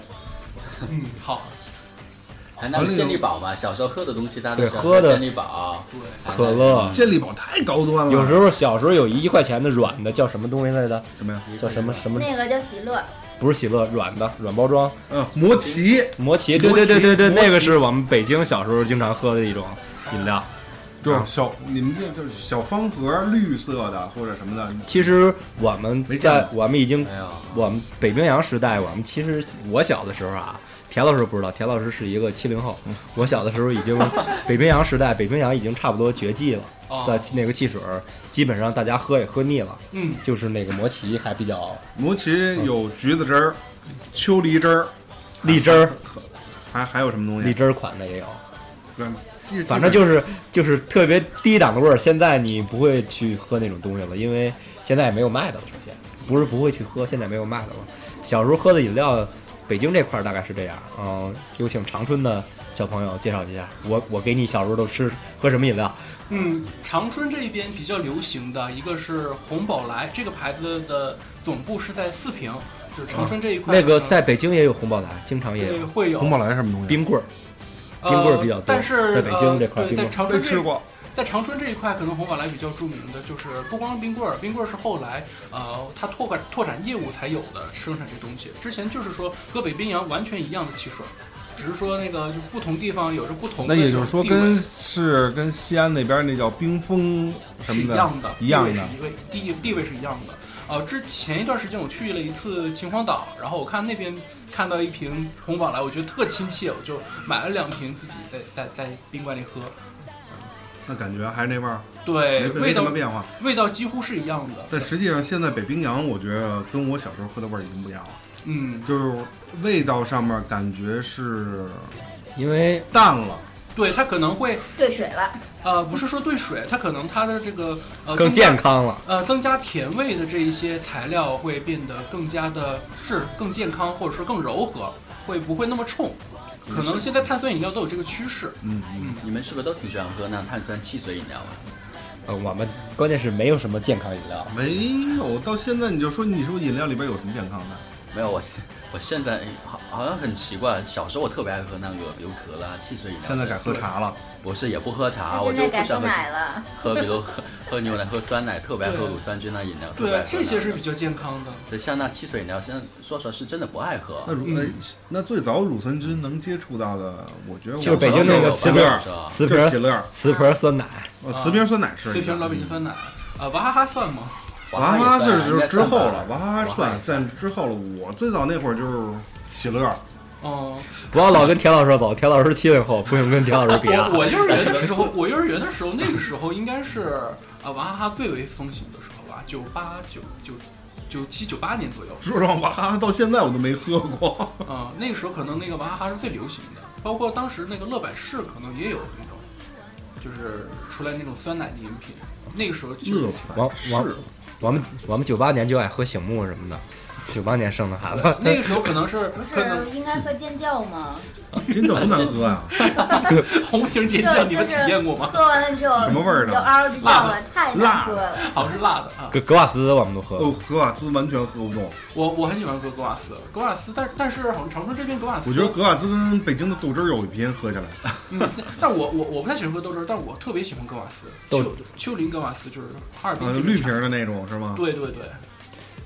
Speaker 3: 嗯，好，
Speaker 6: 还那个健力宝嘛，小时候喝的东西，大家都
Speaker 2: 对
Speaker 6: 喜欢
Speaker 2: 喝的
Speaker 6: 健力宝、
Speaker 3: 对，
Speaker 6: 还有
Speaker 2: 可乐
Speaker 5: 健力宝太高端了，
Speaker 2: 有时候小时候有一块钱的软的，叫什么东西来着？
Speaker 5: 什么呀？
Speaker 6: 嗯
Speaker 2: 叫什么什么？
Speaker 4: 那个叫喜乐，
Speaker 2: 不是喜乐，软的软包装
Speaker 5: 嗯，摩奇，
Speaker 2: 摩奇。对
Speaker 5: 摩
Speaker 2: 对
Speaker 5: 奇
Speaker 2: 对对对，
Speaker 5: 摩奇
Speaker 2: 那个是我们北京小时候经常喝的一种饮料。
Speaker 5: 对，啊小你们这就是小方盒，绿色的或者什么的，
Speaker 2: 其实我们
Speaker 5: 没见
Speaker 2: 在我们已经
Speaker 6: 没有
Speaker 2: 我们北冰洋时代，我们其实我小的时候啊，田老师不知道，田老师是一个七零后，我小的时候已经 <laughs> 北冰洋时代，北冰洋已经差不多绝迹了，
Speaker 3: 哦
Speaker 2: 的，那个汽水儿基本上大家喝也喝腻了，
Speaker 3: 嗯，
Speaker 2: 就是那个摩奇还比 <laughs> 较
Speaker 5: 摩奇有橘子汁儿、秋梨汁儿、
Speaker 2: 荔枝儿
Speaker 5: 还还有什么东西？
Speaker 2: 荔枝儿款的也有，
Speaker 5: 记
Speaker 2: 反正就是就是特别低档的味儿。现在你不会去喝那种东西了，因为现在也没有卖的了。首先，不是不会去喝，现在没有卖的了。小时候喝的饮料，北京这块儿大概是这样。嗯，有请长春的小朋友介绍一下，我我给你小时候都吃喝什么饮料？
Speaker 3: 嗯，长春这边比较流行的一个是红宝来，这个牌子的总部是在四平，就是长春这一块。
Speaker 2: 那个在北京也有红宝来，经常也
Speaker 3: 啊对
Speaker 2: 有
Speaker 3: 会有
Speaker 7: 红宝来是什么东西？啊
Speaker 2: 冰棍儿。
Speaker 3: 呃
Speaker 2: 冰棍儿比较多
Speaker 3: 但是
Speaker 2: 在北京这块
Speaker 3: 呃
Speaker 2: 冰棍
Speaker 3: 对，在
Speaker 2: 儿
Speaker 3: 长
Speaker 5: 没
Speaker 3: 春这
Speaker 5: 吃过，
Speaker 3: 在长春这一块，可能红宝来比较著名的就是不光是冰棍儿，冰棍儿是后来呃它拓展拓展业务才有的生产这东西。之前就是说和北冰洋完全一样的汽水，只是说那个就不同地方有着不同
Speaker 5: 那
Speaker 3: 的这
Speaker 5: 也
Speaker 3: 种地位。
Speaker 5: 就是说跟是跟西安那边那叫冰峰什
Speaker 3: 是一
Speaker 5: 么
Speaker 3: 样的，
Speaker 5: 一样
Speaker 3: 地
Speaker 5: 的
Speaker 3: 位，是一位地地位是一样的。呃，之前一段时间我去了一次秦皇岛，然后我看那边看到一瓶红宝来，我觉得特亲切，我就买了两瓶自己在在在宾馆里喝。
Speaker 5: 那感觉还是那味儿，
Speaker 3: 对，
Speaker 5: 没
Speaker 3: 味
Speaker 5: 没什
Speaker 3: 道
Speaker 5: 么变化。
Speaker 3: 味道几乎是一样的。
Speaker 5: 但实际上，现在北冰洋，我觉得跟我小时候喝的味儿已经不一样了，
Speaker 3: 嗯，
Speaker 5: 就是味道上面感觉是
Speaker 2: 因为
Speaker 5: 淡了，
Speaker 3: 对，它可能会
Speaker 4: 兑水了，
Speaker 3: 呃，不是说兑水，它可能它的这个呃
Speaker 2: 更
Speaker 3: 增加
Speaker 2: 健康了，
Speaker 3: 呃，增加甜味的这一些材料会变得更加的是更健康，或者说更柔和，会不会那么冲？可能现在碳酸饮料都有这个趋势。
Speaker 5: 嗯，
Speaker 6: 你们是不是都挺喜欢喝那碳酸汽水饮料啊？
Speaker 2: 呃，我们关键是没有什么健康饮料，
Speaker 5: 没有。到现在你就说，你说饮料里边有什么健康的？
Speaker 6: 没有，我我现在好好像很奇怪，小时候我特别爱喝那个，比如可乐、啊、汽水饮料。
Speaker 5: 现在改喝，茶了，
Speaker 6: 不是也不喝
Speaker 4: 他
Speaker 6: 茶，我
Speaker 4: 现在
Speaker 6: 就不
Speaker 4: 改
Speaker 6: 喜
Speaker 4: 喝
Speaker 6: 欢喝
Speaker 4: 奶
Speaker 6: 汽
Speaker 4: 了。
Speaker 6: 喝，比如喝喝牛奶、喝酸奶，特别爱喝
Speaker 3: 对
Speaker 6: 乳酸菌那饮料。特别
Speaker 3: 对
Speaker 6: 爱
Speaker 3: 啊
Speaker 6: 喝，
Speaker 3: 这些
Speaker 6: 那
Speaker 3: 是
Speaker 6: 个
Speaker 3: 比较健康的。
Speaker 6: 对像那汽水饮料，现在说实话是真的不爱喝。
Speaker 5: 那乳、
Speaker 3: 嗯
Speaker 5: 哎那最早乳酸菌能接触到的，我觉得我
Speaker 2: 就是北京那个瓷
Speaker 5: 小时候
Speaker 2: 瓶
Speaker 5: 有
Speaker 2: 儿
Speaker 6: 是吧
Speaker 2: 瓷
Speaker 5: 就
Speaker 2: 瓶
Speaker 5: 是
Speaker 2: 儿
Speaker 5: 喜乐儿，
Speaker 2: 瓷瓶儿酸奶，
Speaker 5: 呃瓷瓶儿酸奶是
Speaker 3: 四
Speaker 5: 一
Speaker 3: 瓶
Speaker 5: 个
Speaker 3: 老北京酸奶，呃，娃哈哈算吗？
Speaker 5: 娃哈哈
Speaker 6: 也算
Speaker 5: 是
Speaker 6: 应该
Speaker 5: 之后
Speaker 6: 算吧
Speaker 5: 了，娃哈哈
Speaker 6: 娃哈
Speaker 5: 算
Speaker 6: 哈
Speaker 5: 算之后了。我最早那会儿就是喜乐，
Speaker 3: 哦、
Speaker 2: 不要老跟田老师走，田老师七零后，不用跟田老师比啊
Speaker 3: 我。我幼儿园的时候，我幼儿园的时候，那个时候应该是呃娃哈哈最为风行的时候吧，九八九九九七九八年左右。
Speaker 5: 说实话，娃哈哈到现在我都没喝过。
Speaker 3: 嗯，那个时候可能那个娃哈哈是最流行的，包括当时那个乐百氏可能也有那种，就是出来那种酸奶的饮品。那个时候就
Speaker 5: 乐
Speaker 2: 王
Speaker 5: 凡
Speaker 2: 王
Speaker 5: 是，
Speaker 2: 我们我们九八年就爱喝醒目什么的，九八年生的孩子， <laughs>
Speaker 3: 那个时候可能是
Speaker 4: 不
Speaker 3: 可能
Speaker 4: 是应该喝尖叫吗？
Speaker 5: 金酒不难喝呀、
Speaker 3: 红瓶
Speaker 4: 就
Speaker 3: 尖叫，你
Speaker 4: 就
Speaker 3: 们体
Speaker 4: 是
Speaker 3: 验过吗？
Speaker 4: 喝完了之后
Speaker 5: 什么味儿的
Speaker 4: 就嗷嗷直叫了，太难
Speaker 5: 辣
Speaker 4: 喝了。
Speaker 3: 好像是啊辣的啊。
Speaker 2: 格格瓦斯我们都喝
Speaker 5: 哦，
Speaker 2: 过。
Speaker 5: 格瓦兹完全喝不动。
Speaker 3: 我我很喜欢喝格瓦斯，格瓦斯，但但是好像长春这边格瓦斯，
Speaker 5: 我觉得格瓦兹跟北京的豆汁儿有一拼，喝起来。
Speaker 3: 但我我我不太喜欢喝豆汁儿，但我特别喜欢格瓦斯，
Speaker 2: 豆
Speaker 3: 丘丘陵格瓦斯就是哈尔滨、
Speaker 5: 呃，绿瓶。儿的那种是吗？
Speaker 3: 对对对，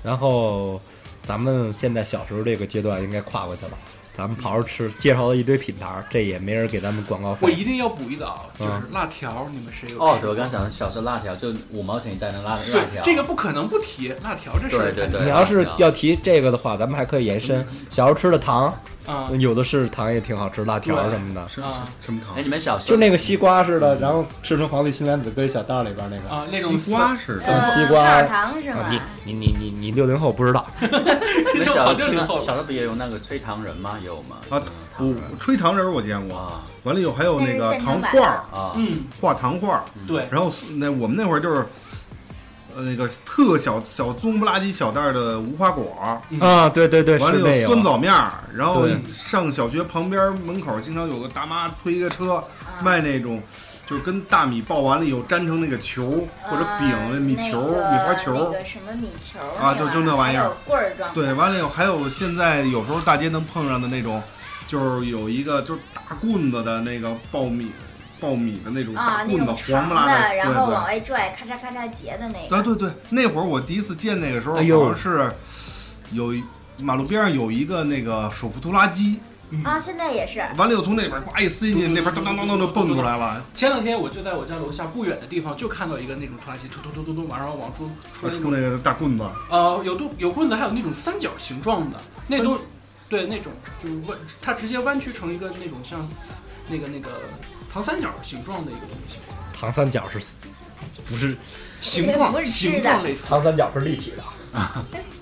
Speaker 2: 然
Speaker 3: 哦
Speaker 2: 后咱们现在小时候这个阶段应该跨过去了，咱们好好吃，介绍了一堆品牌，这也没人给咱们广告
Speaker 3: 我
Speaker 2: 费。
Speaker 3: 一定要补一刀，就是
Speaker 2: 嗯
Speaker 3: 辣条，你们谁有吃过？
Speaker 6: 哦，对，我刚想小时候辣条就五毛钱一袋的辣辣
Speaker 3: 对
Speaker 6: 条，
Speaker 3: 这个不可能不提辣条这事儿。
Speaker 6: 对对对
Speaker 2: 你要是要提这个的话，咱们还可以延伸，小时候吃的糖，
Speaker 3: 啊
Speaker 2: 有的是糖也挺好吃，辣条什么的，
Speaker 5: 是
Speaker 3: 啊
Speaker 5: 什么糖
Speaker 6: 哎，？你们小时候
Speaker 2: 就那个西瓜似的，然后吃成黄绿青蓝紫搁一小袋儿里边那个。
Speaker 3: 啊那种
Speaker 5: 西
Speaker 3: <laughs>
Speaker 5: 瓜似的。
Speaker 2: 像
Speaker 4: 呃，
Speaker 2: 西瓜
Speaker 4: 棒棒糖是
Speaker 2: 啊
Speaker 4: 吗？
Speaker 2: 你你你你你六零后不知道，
Speaker 6: 你们小时候吃
Speaker 3: 这种
Speaker 6: 那
Speaker 3: 好
Speaker 6: 小时候不也有那个吹糖人吗？有吗？
Speaker 5: 啊，我吹糖人儿我见过，
Speaker 6: 啊
Speaker 5: 完了以后还有
Speaker 4: 那
Speaker 5: 那
Speaker 4: 是
Speaker 5: 个
Speaker 4: 现
Speaker 5: 糖
Speaker 4: 成版
Speaker 5: 画儿，
Speaker 6: 啊，
Speaker 3: 嗯，
Speaker 5: 画糖画儿。
Speaker 3: 对，
Speaker 5: 然后那我们那会儿就是，呃，那个特小小棕不拉几小袋儿的无花果儿，
Speaker 3: 嗯
Speaker 2: 啊，对对对，
Speaker 5: 完
Speaker 2: 是
Speaker 5: 了
Speaker 2: 那
Speaker 5: 有
Speaker 2: 个
Speaker 5: 酸枣面儿，然后
Speaker 2: 对
Speaker 5: 上小学旁边门口经常有个大妈推一个车
Speaker 4: 啊
Speaker 5: 卖那种，就是跟大米爆完了以后粘成那个球或者饼
Speaker 4: 啊
Speaker 5: 的米球、
Speaker 4: 那个
Speaker 5: 米花
Speaker 4: 那
Speaker 5: 球。
Speaker 4: 个什么米球
Speaker 5: 啊就就那玩意儿
Speaker 4: 还有棍儿状的。
Speaker 5: 对，完了以后还有现在有时候大街能碰上的那种，就是有一个就是大棍子的那个爆米爆米的那种
Speaker 4: 啊
Speaker 5: 大，
Speaker 4: 那
Speaker 5: 棍子，
Speaker 4: 种啊
Speaker 5: 黄
Speaker 4: 长
Speaker 5: 不拉
Speaker 4: 的，
Speaker 5: 的，
Speaker 4: 然后
Speaker 5: 对啊
Speaker 4: 往
Speaker 5: 对。
Speaker 4: 外拽，咔嚓咔嚓结的那个。
Speaker 5: 对对对，那会儿我第一次见那个时候，
Speaker 2: 哎呦
Speaker 5: 好像是有一马路边上有一个那个手扶拖拉机，
Speaker 4: 啊，现在也是。
Speaker 5: 完了又从那边呱一塞进去，那边咚咚咚咚就蹦出来了，
Speaker 3: 前两天我就在我家楼下不远的地方就看到一个那种拖拉机，突突突突突，往上往出出来那
Speaker 5: 啊出
Speaker 3: 种，
Speaker 5: 那个大棍子。
Speaker 3: 呃，有盾有棍子，还有那种三角形状的，那
Speaker 5: 三
Speaker 3: 都对那种就是弯，它直接弯曲成一个那种像那个那个糖三角形状的一个东西，
Speaker 2: 糖三角是，不是
Speaker 3: 形
Speaker 4: 不是
Speaker 3: 状
Speaker 4: 吃的
Speaker 3: 形状类似，
Speaker 2: 糖三角是立体的，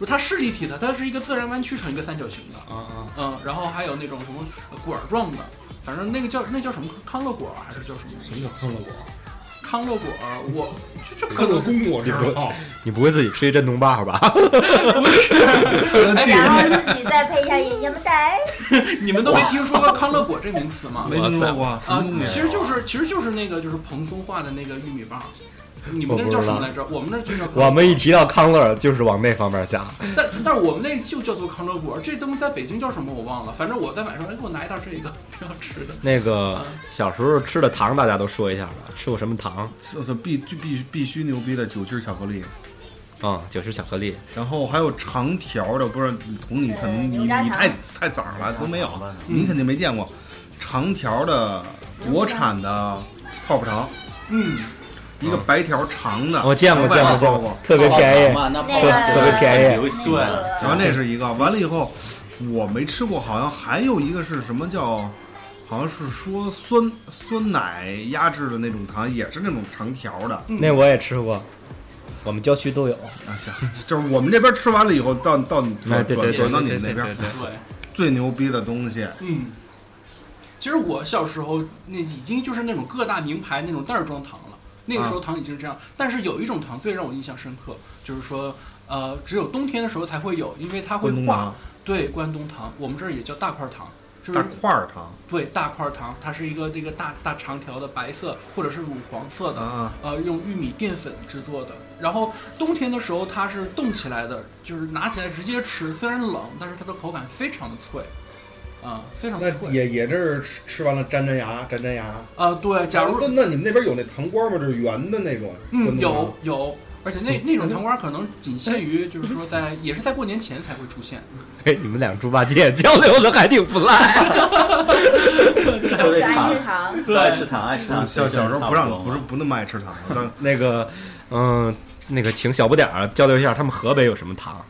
Speaker 3: 不是它是立体的，它是一个自然弯曲成一个三角形的，嗯，然后还有那种什么呃管儿状的，反正那个叫那叫什么康乐果儿还是叫什么
Speaker 2: 什么叫康乐果？
Speaker 3: 康乐果儿，我就就可
Speaker 5: 可乐
Speaker 3: 能
Speaker 5: 功我知道，
Speaker 2: 你不会自己吃一震动棒吧？ <laughs>
Speaker 5: 可乐气
Speaker 4: 哎然后自己再配一下盐巴带，
Speaker 3: 你们都没听说过康乐果这名词吗？
Speaker 5: 没听说过，什
Speaker 3: 啊
Speaker 5: 么东，
Speaker 3: 其
Speaker 5: 西？
Speaker 3: 实就是其实就是那个就是蓬松化的那个玉米棒，你们那叫什么来着？我们那就叫
Speaker 2: 我们一提到康乐，就是往那方面想。
Speaker 3: 但但是我们那就叫做康乐果，这东西在北京叫什么我忘了，反正我在晚上哎给我拿一袋这个， <laughs> 挺好吃的。
Speaker 2: 那个小时候吃的糖，大家都说一下吧，吃过什么糖？
Speaker 5: 这这必必必必须牛逼的酒心巧克力，
Speaker 2: 啊、九十巧克力，彤
Speaker 5: 然后还有长条的，不是同你可能你
Speaker 4: 嗯牛轧
Speaker 5: 你
Speaker 4: 糖
Speaker 5: 太太早了啊都没有，嗯你肯定没见过长条的国产的泡泡糖，
Speaker 3: 嗯，
Speaker 5: 一个白条长的，
Speaker 2: 我见过见过
Speaker 5: 见
Speaker 2: 见
Speaker 5: 过
Speaker 2: 过，，特别便宜。
Speaker 6: 嘛，那
Speaker 4: 那
Speaker 6: 泡
Speaker 4: 个
Speaker 6: 糖
Speaker 2: 特别便宜
Speaker 6: 很流行啊
Speaker 3: 对
Speaker 6: 的
Speaker 5: 然后
Speaker 4: 那个
Speaker 5: 那是一个，完了以后我没吃过，好像还有一个是什么叫，好像是说酸酸奶压制的那种糖，也是那种长条的
Speaker 3: 嗯
Speaker 2: 那我也吃过，我们郊区都 <laughs> 有。
Speaker 5: 啊。行，就是我们这边吃完了以后，到到你
Speaker 2: 哎
Speaker 5: 转
Speaker 2: 对
Speaker 5: 转
Speaker 2: 对对
Speaker 5: 转到你
Speaker 2: 对
Speaker 5: 们那
Speaker 2: 对对
Speaker 5: 边
Speaker 2: 对
Speaker 3: 对。
Speaker 5: 最牛逼的东西，
Speaker 3: 嗯，其实我小时候那已经就是那种各大名牌那种袋儿装糖了，那个时候糖已经是这样。但是有一种糖最让我印象深刻，就是说，呃，只有冬天的时候才会有，因为它会
Speaker 5: 关东
Speaker 3: 化
Speaker 5: 糖。、
Speaker 3: 对，关东糖，我们这儿也叫大块糖，就是
Speaker 5: 大块儿糖
Speaker 3: 对大块糖，它是一个这个大大长条的白色或者是乳黄色的，
Speaker 5: 啊，
Speaker 3: 呃，用玉米淀粉制作的。然后冬天的时候它是冻起来的，就是拿起来直接吃，虽然冷，但是它的口感非常的脆，啊、非常
Speaker 5: 那
Speaker 3: 脆。
Speaker 5: 也也这是吃吃完了粘粘牙，粘粘牙。
Speaker 3: 啊，对，假如
Speaker 5: 那那你们那边有那糖瓜吗？就是圆的那种。
Speaker 3: 嗯
Speaker 5: 嗯关东糖
Speaker 3: 有有，而且那那种糖瓜可能仅限于就是说在也是在过年前才会出现。
Speaker 2: 嘿，哎你们两个猪八戒交流的还挺不赖。
Speaker 6: 特
Speaker 4: 是
Speaker 6: 别
Speaker 4: 爱
Speaker 6: 糖
Speaker 4: 吃，糖。
Speaker 6: 爱吃糖，爱吃糖。
Speaker 5: 嗯小小时候不
Speaker 6: 所以就
Speaker 5: 让
Speaker 6: 是
Speaker 5: 不是不那么爱吃糖，但
Speaker 2: 那个，嗯，那个请小不点儿交流一下，他们河北有什么糖？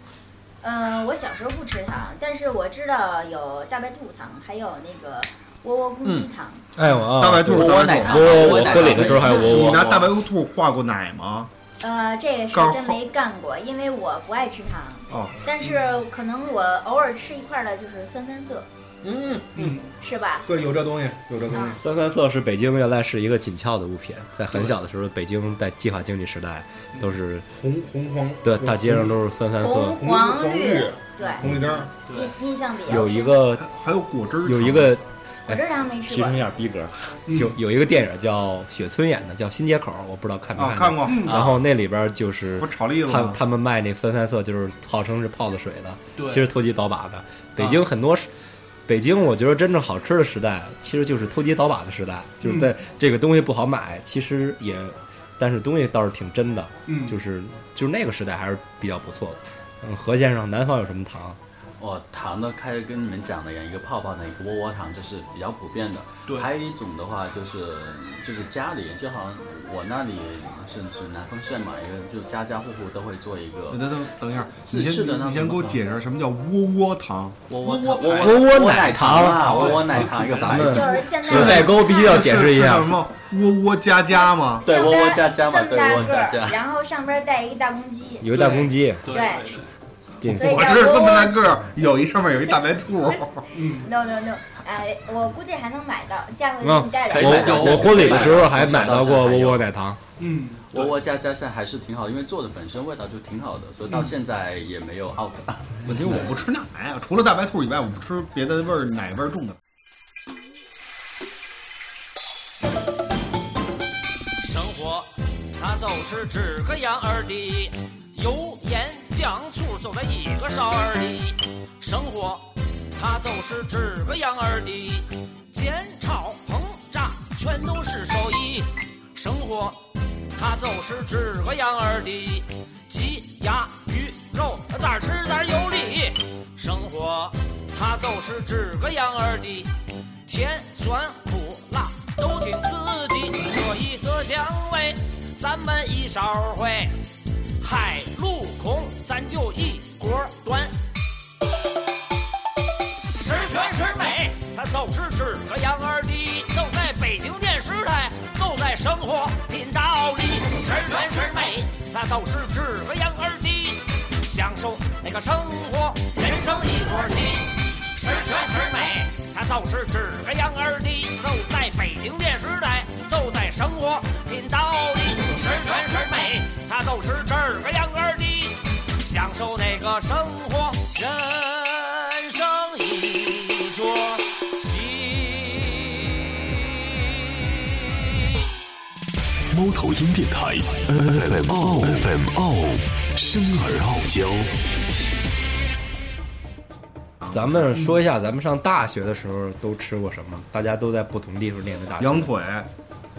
Speaker 4: 嗯，我小时候不吃糖，但是我知道有大白兔糖，还有那个窝窝公鸡糖。
Speaker 2: 哎呦啊，
Speaker 5: 大白兔
Speaker 6: 窝窝奶糖，
Speaker 2: 窝窝
Speaker 6: 窝
Speaker 2: 我
Speaker 6: 奶
Speaker 2: 婚礼的时
Speaker 6: 糖。
Speaker 2: 候还有窝
Speaker 5: 你
Speaker 2: 窝，
Speaker 5: 拿大白兔画过奶吗？
Speaker 4: 呃，这个是
Speaker 5: 告诉
Speaker 4: 真没干过，因为我不爱吃糖，
Speaker 5: 哦，
Speaker 4: 但是可能我偶尔吃一块儿的就是酸三色，
Speaker 5: 嗯，
Speaker 3: 嗯，
Speaker 4: 是吧？
Speaker 5: 对，有这东西，有这东西。
Speaker 2: 酸酸色是北京原来是一个紧俏的物品，在很小的时候，北京在计划经济时代都是
Speaker 5: 红红黄，
Speaker 2: 对大街上都是酸酸色
Speaker 4: 红。
Speaker 5: 红
Speaker 4: 黄
Speaker 5: 黄
Speaker 4: 绿
Speaker 5: 绿，
Speaker 4: 对，
Speaker 5: 红绿灯儿，
Speaker 3: 对
Speaker 4: 印，印象比较深。
Speaker 2: 有一个哎
Speaker 5: 还还有果汁儿，
Speaker 2: 有一个
Speaker 4: 我这糖没吃
Speaker 2: 提
Speaker 4: 过
Speaker 2: 升一，下逼格，
Speaker 3: 嗯
Speaker 2: 就有一个电影叫雪村演的，叫《新街口》，我不知道看没
Speaker 5: 啊，
Speaker 2: 看
Speaker 5: 看
Speaker 2: 过。
Speaker 5: 过，
Speaker 3: 嗯
Speaker 2: 然后那里边就是
Speaker 5: 不是炒栗子
Speaker 2: 他
Speaker 5: 吗？
Speaker 2: 他们卖那酸酸色，就是号称是泡的水的，
Speaker 3: 对
Speaker 2: 其实偷鸡倒把的。北京很多是，北京我觉得真正好吃的时代，其实就是偷鸡倒把的时代，就是在这个东西不好买，其实也，但是东西倒是挺真的，
Speaker 3: 嗯，
Speaker 2: 就是就是那个时代还是比较不错的。嗯，何先生，南方有什么糖？
Speaker 6: 哦，糖呢，开始跟你们讲的一样，一个泡泡糖，一个窝窝糖，这是比较普遍的。
Speaker 3: 对
Speaker 6: 还有一种的话就是就是家里，就好像我那里是是南丰县嘛，一个就家家户户都会做一个
Speaker 5: 等等等一下，
Speaker 6: 自
Speaker 5: 你先
Speaker 6: 制的那
Speaker 5: 你
Speaker 6: 种
Speaker 5: 先给我解释什么叫窝窝糖？
Speaker 6: 窝窝糖
Speaker 5: 窝
Speaker 2: 窝窝
Speaker 6: 窝
Speaker 2: 窝奶
Speaker 6: 奶
Speaker 2: 糖
Speaker 6: 啊，
Speaker 2: 对
Speaker 6: 窝窝奶糖一个牌
Speaker 2: 咱
Speaker 6: 子
Speaker 2: 们，
Speaker 4: 就是现在
Speaker 2: 四代沟必须要解释一
Speaker 5: 是
Speaker 2: 下
Speaker 5: 叫什。么窝窝家家吗？
Speaker 6: 对窝窝加
Speaker 4: 这
Speaker 6: 加嘛，
Speaker 4: 么
Speaker 6: 对
Speaker 4: 大
Speaker 6: 窝窝
Speaker 4: 个
Speaker 6: 加
Speaker 4: 儿，
Speaker 6: 加，
Speaker 4: 然后上边带一个大公鸡，
Speaker 2: 有一大公鸡，
Speaker 3: 对
Speaker 4: 对
Speaker 3: 对，
Speaker 2: 对
Speaker 4: 所以
Speaker 5: 我这是这么大个儿，有一上面有一大白兔，
Speaker 4: 哎
Speaker 3: 嗯，
Speaker 4: no no no，哎，我估计还能买到，下回
Speaker 2: 啊
Speaker 4: 给你带
Speaker 6: 可以
Speaker 4: 两
Speaker 6: 买
Speaker 4: 个。
Speaker 6: 到
Speaker 2: 我
Speaker 6: 现
Speaker 2: 我
Speaker 6: 在
Speaker 2: 婚礼的时候还
Speaker 6: 现在
Speaker 2: 买到过窝窝奶糖，
Speaker 3: 嗯，
Speaker 6: 窝窝加加现在还是挺好，因为做的本身味道就挺好的，
Speaker 4: 嗯
Speaker 6: 所以到现在也没有 out。
Speaker 5: 问题我不吃奶啊，除了大白兔以外，我不吃别的味儿奶味儿重的。
Speaker 8: 生活，它就是纸和洋儿的，油盐酱醋走在一个勺儿里。生活，它就是纸和洋儿的，煎炒烹炸全都是手艺。生活，它就是纸和洋儿的，鸡鸭鱼肉咋儿吃咋儿有理。生活，它就是纸和洋儿的。甜酸苦辣都挺刺激，所以这香味咱们一勺儿会，海陆空咱就一锅儿端。十全十美，它就是指个羊儿的，就在北京电视台，就在生活频道里。十全十美，它就是指个羊儿的，享受那个生活，人生一桌戏。十全十美，它就是指个羊儿的，就在北京电视台，就在生活频道里。十全十美，它就是指个羊儿的，享受那个生活，人生一桌戏。
Speaker 7: 猫头鹰电台 FM
Speaker 1: 哦
Speaker 7: 傲 FM 傲，生而傲娇。
Speaker 6: 嗯
Speaker 2: 咱们说一下，咱们上大学的时候都吃过什么？大家都在不同地方念的大学。
Speaker 5: 羊腿，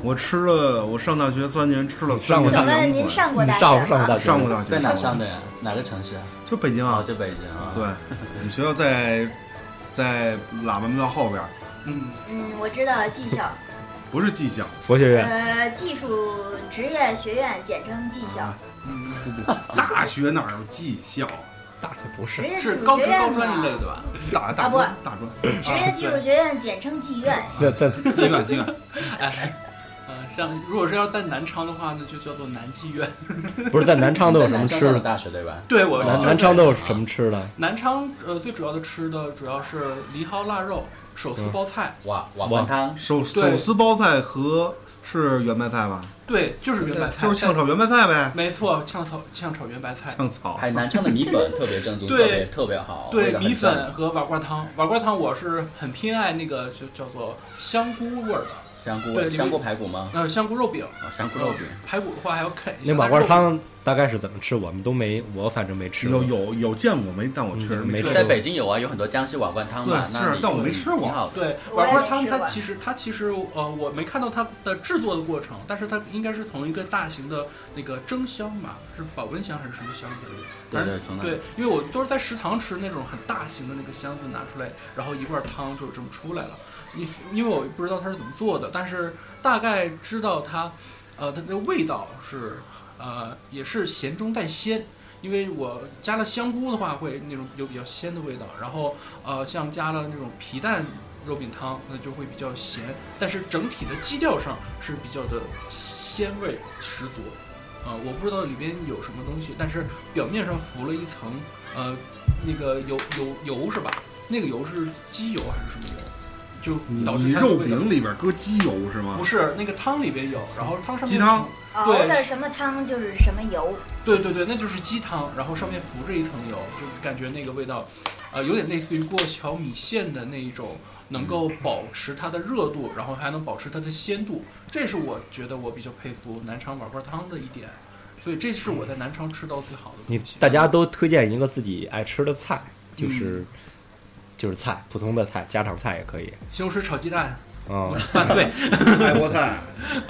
Speaker 5: 我吃了，我上大学三年吃了三
Speaker 2: 上过
Speaker 4: 请
Speaker 5: 回羊
Speaker 4: 问
Speaker 5: 腿
Speaker 4: 您，上过
Speaker 2: 你
Speaker 4: 大学
Speaker 2: 上不上过
Speaker 4: 吗？
Speaker 2: 大学？
Speaker 5: 上过大学，
Speaker 6: 在哪上的呀？哪个城市啊？
Speaker 5: 就北京
Speaker 6: 哦，
Speaker 5: 啊，
Speaker 6: 在北京啊。
Speaker 5: 对，我们学校在在喇嘛庙后边儿，
Speaker 3: 嗯，
Speaker 4: 嗯，我知道了，技校，
Speaker 5: 不是技校，
Speaker 2: 佛学院。
Speaker 4: 呃，技术职业学院，简称技校。
Speaker 5: 不不，大学哪有技校？
Speaker 2: 大学不
Speaker 4: 职
Speaker 2: 是，
Speaker 4: 业技
Speaker 3: 是
Speaker 4: 术
Speaker 3: 高
Speaker 4: 学
Speaker 3: 职高
Speaker 4: 院
Speaker 3: 专一类
Speaker 4: 嘛，
Speaker 3: 的吧？
Speaker 5: 大大
Speaker 4: 啊不
Speaker 5: 专大专，
Speaker 4: 职业技术学院简称技院。
Speaker 2: 那那
Speaker 5: 技院技 <laughs> 院，
Speaker 2: 哎
Speaker 3: 呃，像如果是要在南昌的话，那就叫做南妓
Speaker 2: <laughs>
Speaker 3: 院。
Speaker 2: 不是在南昌都有什么吃
Speaker 6: 的？
Speaker 2: 的？
Speaker 6: 大学对吧？
Speaker 3: 对，我
Speaker 2: <laughs> 南
Speaker 3: 就
Speaker 2: 南
Speaker 3: 在
Speaker 2: 昌都有什么吃的？
Speaker 3: 南昌呃最主要的吃的主要是梨蒿腊肉、手
Speaker 5: 嗯
Speaker 3: 撕包菜，
Speaker 6: 瓦瓦
Speaker 2: 哇
Speaker 6: 罐汤，
Speaker 5: 手
Speaker 3: 对
Speaker 5: 手撕包菜和是圆白菜吧？
Speaker 3: 对，就是圆白菜，
Speaker 5: 就是炝炒圆白菜
Speaker 3: 但
Speaker 5: 呗，
Speaker 3: 没错，炝炒炝炒圆白菜，
Speaker 5: 炝炒。
Speaker 6: 还有南昌的米粉特别
Speaker 5: <laughs>
Speaker 6: 正宗，
Speaker 3: 对
Speaker 6: 特别特别好，味
Speaker 3: 对，
Speaker 6: 道很
Speaker 3: 米
Speaker 6: 正
Speaker 3: 粉和瓦罐汤。瓦罐汤我是很偏爱那个就叫做香菇味儿的，
Speaker 6: 香菇
Speaker 3: 对
Speaker 6: 味
Speaker 3: 里面
Speaker 6: 香菇排骨吗？
Speaker 3: 呃，香菇肉饼，
Speaker 5: 嗯
Speaker 6: 啊，香菇肉饼。
Speaker 3: 排骨的话还要啃一下。
Speaker 2: 那瓦
Speaker 3: 但是
Speaker 2: 罐
Speaker 3: 肉
Speaker 2: 汤大概是怎么吃？我们都没，我反正没吃过
Speaker 5: 有。有有见过没？但我确实
Speaker 2: 嗯没
Speaker 5: 吃
Speaker 2: 吃
Speaker 5: 过
Speaker 6: 在北京有啊，有很多江西瓦罐汤嘛
Speaker 5: 对，
Speaker 6: 那
Speaker 5: 是
Speaker 6: 你嗯
Speaker 5: 但我没吃过
Speaker 6: 挺好的，
Speaker 3: 对，
Speaker 4: 我
Speaker 3: 瓦
Speaker 4: 也
Speaker 3: 罐
Speaker 4: 没
Speaker 3: 汤
Speaker 4: 吃
Speaker 3: 它
Speaker 4: 过
Speaker 3: 其实它其实呃，我没看到它的制作的过程，但是它应该是从一个大型的那个蒸箱吧，是保温箱还是什么箱子里？
Speaker 6: 对
Speaker 3: 反正
Speaker 6: 对，从那
Speaker 3: 对，因为我都是在食堂吃那种很大型的那个箱子拿出来，然后一罐汤就这么出来了。因因为我不知道它是怎么做的，但是大概知道它，呃，它的味道是呃也是咸中带鲜，因为我加了香菇的话会那种有比较鲜的味道，然后呃像加了那种皮蛋肉饼汤，那就会比较咸，但是整体的基调上是比较的鲜味十足。呃，我不知道里边有什么东西，但是表面上浮了一层呃那个油油油是吧？那个油是鸡油还是什么油？就
Speaker 5: 你
Speaker 3: 导
Speaker 5: 你
Speaker 3: 致它的
Speaker 5: 肉
Speaker 3: 味道
Speaker 5: 饼里边搁鸡油是吗
Speaker 3: 不？是那个汤里边有，然后汤上面
Speaker 5: 鸡汤
Speaker 3: 浮
Speaker 4: 熬
Speaker 3: 对
Speaker 4: 的什么汤就是什么油，
Speaker 3: 对对对，那就是鸡汤，然后上面浮着一层油，就感觉那个味道，呃，有点类似于过桥米线的那一种，能够
Speaker 2: 嗯
Speaker 3: 保持它的热度，然后还能保持它的鲜度，这是我觉得我比较佩服南昌瓦罐汤的一点，所以这是我在南昌吃到最好的
Speaker 2: 你
Speaker 3: 东西。
Speaker 2: 大家都推荐一个自己爱吃的菜，就是、就是菜，普通的菜，家常菜也可以。
Speaker 3: <laughs> 西红柿炒鸡蛋，
Speaker 2: 嗯，
Speaker 3: 拌碎，
Speaker 5: 爱国 <laughs> 菜，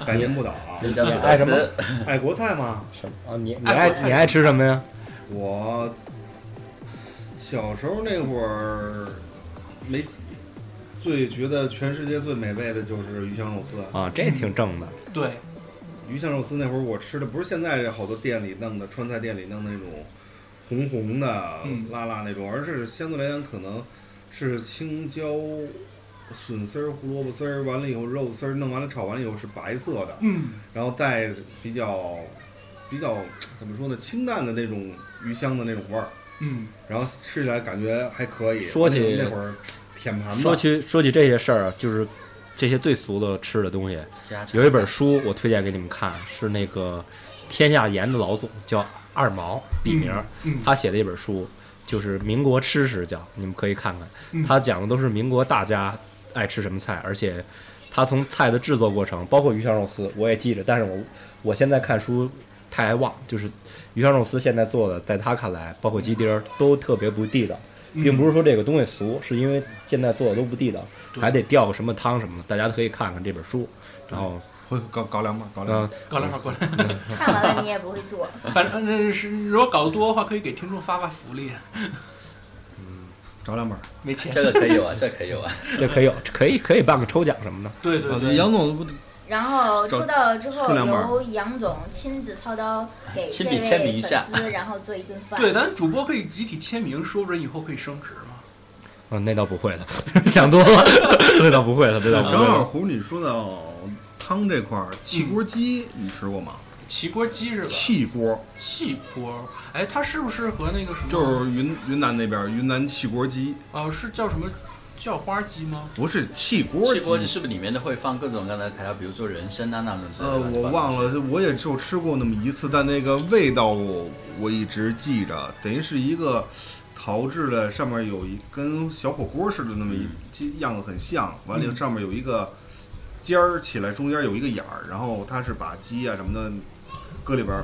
Speaker 5: 百年不倒啊！
Speaker 6: 这叫
Speaker 2: 你爱什么
Speaker 6: 歌词
Speaker 5: 爱国菜吗？
Speaker 2: 什么？ <laughs> 啊，你你
Speaker 3: 爱
Speaker 2: 爱
Speaker 3: 国菜
Speaker 2: 你爱吃什么呀？
Speaker 5: 我小时候那会儿没最觉得全世界最美味的就是鱼香肉丝。
Speaker 2: 啊，这挺正的。
Speaker 3: 对，
Speaker 5: 鱼香肉丝那会儿我吃的不是现在这好多店里弄的，川菜店里弄的那种红红的、
Speaker 3: 嗯
Speaker 5: 辣辣那种，而是相对来讲可能是青椒、笋丝儿、胡萝卜丝儿，完了以后肉丝儿弄完了炒完了以后是白色的，
Speaker 3: 嗯，
Speaker 5: 然后带比较比较怎么说呢，清淡的那种鱼香的那种味儿，
Speaker 3: 嗯，
Speaker 5: 然后吃起来感觉还可以。
Speaker 2: 说起
Speaker 5: 那那会儿舔盘子，
Speaker 2: 说起说起这些事儿啊，就是这些最俗的吃的东西，
Speaker 6: 家常
Speaker 2: 有一本书我推荐给你们看，是那个天下盐的老总叫二毛，笔名儿，
Speaker 3: 嗯，
Speaker 2: 他写的一本书，就是《民国吃食》叫，你们可以看看。
Speaker 3: 嗯
Speaker 2: 他讲的都是民国大家爱吃什么菜，而且他从菜的制作过程，包括鱼香肉丝，我也记着。但是我我现在看书太爱忘，就是鱼香肉丝现在做的，在他看来，包括鸡丁儿都特别不地道。并
Speaker 3: 嗯
Speaker 2: 不是说这个东西俗，是因为现在做的都不地道，
Speaker 3: 对
Speaker 2: 还得吊个什么汤什么的，大家可以看看这本书。然后，
Speaker 5: 会搞搞两把，搞两把。
Speaker 2: 嗯，
Speaker 3: 搞两把过来。
Speaker 4: 看完了你也不会做。
Speaker 3: 反正那是如果搞得多的话，可以给听众发发福利，
Speaker 5: 找两本。
Speaker 3: 没钱。
Speaker 6: 这个可以
Speaker 5: <laughs>
Speaker 6: 有啊，这可以有啊。
Speaker 2: 嗯这可以有，可以可以办个抽奖什么的。
Speaker 3: 对对对，
Speaker 5: 杨总不
Speaker 4: 然后出道之后，
Speaker 5: 数量本
Speaker 4: 由杨总亲自操刀给这
Speaker 6: 亲笔签名
Speaker 4: 位
Speaker 6: 一
Speaker 4: 粉
Speaker 6: 下
Speaker 4: 丝，然后做一顿饭。
Speaker 3: 对，咱主播可以集体签名，说不准以后可以升职嘛。
Speaker 2: 嗯，那倒不会的， <laughs> 想多了，那倒不会的，那倒不
Speaker 5: 正
Speaker 2: 会
Speaker 5: 好
Speaker 2: 的。
Speaker 5: 胡，你说到汤这块儿，汽锅鸡你吃过吗？
Speaker 3: 汽锅鸡是吧？
Speaker 5: 汽锅
Speaker 3: 汽锅，哎，它是不是和那个什么？
Speaker 5: 就是云云南那边儿云南汽锅鸡，
Speaker 3: 呃，是叫什么叫花鸡吗？
Speaker 5: 不是汽锅
Speaker 6: 汽锅鸡是不是里面的会放各种各样的材料，比如说人参啊那种之类的
Speaker 5: 呃，
Speaker 6: 乱七
Speaker 5: 我
Speaker 6: 八糟
Speaker 5: 忘
Speaker 6: 的
Speaker 5: 了，我也就吃过那么一次，但那个味道我我一直记着，等于是一个陶制的，上面有一跟小火锅似的那么
Speaker 6: 嗯
Speaker 5: 一鸡样子很像，完了以后上面有一个尖儿起来，中间有一个眼儿，然后它是把鸡啊什么的搁里边儿，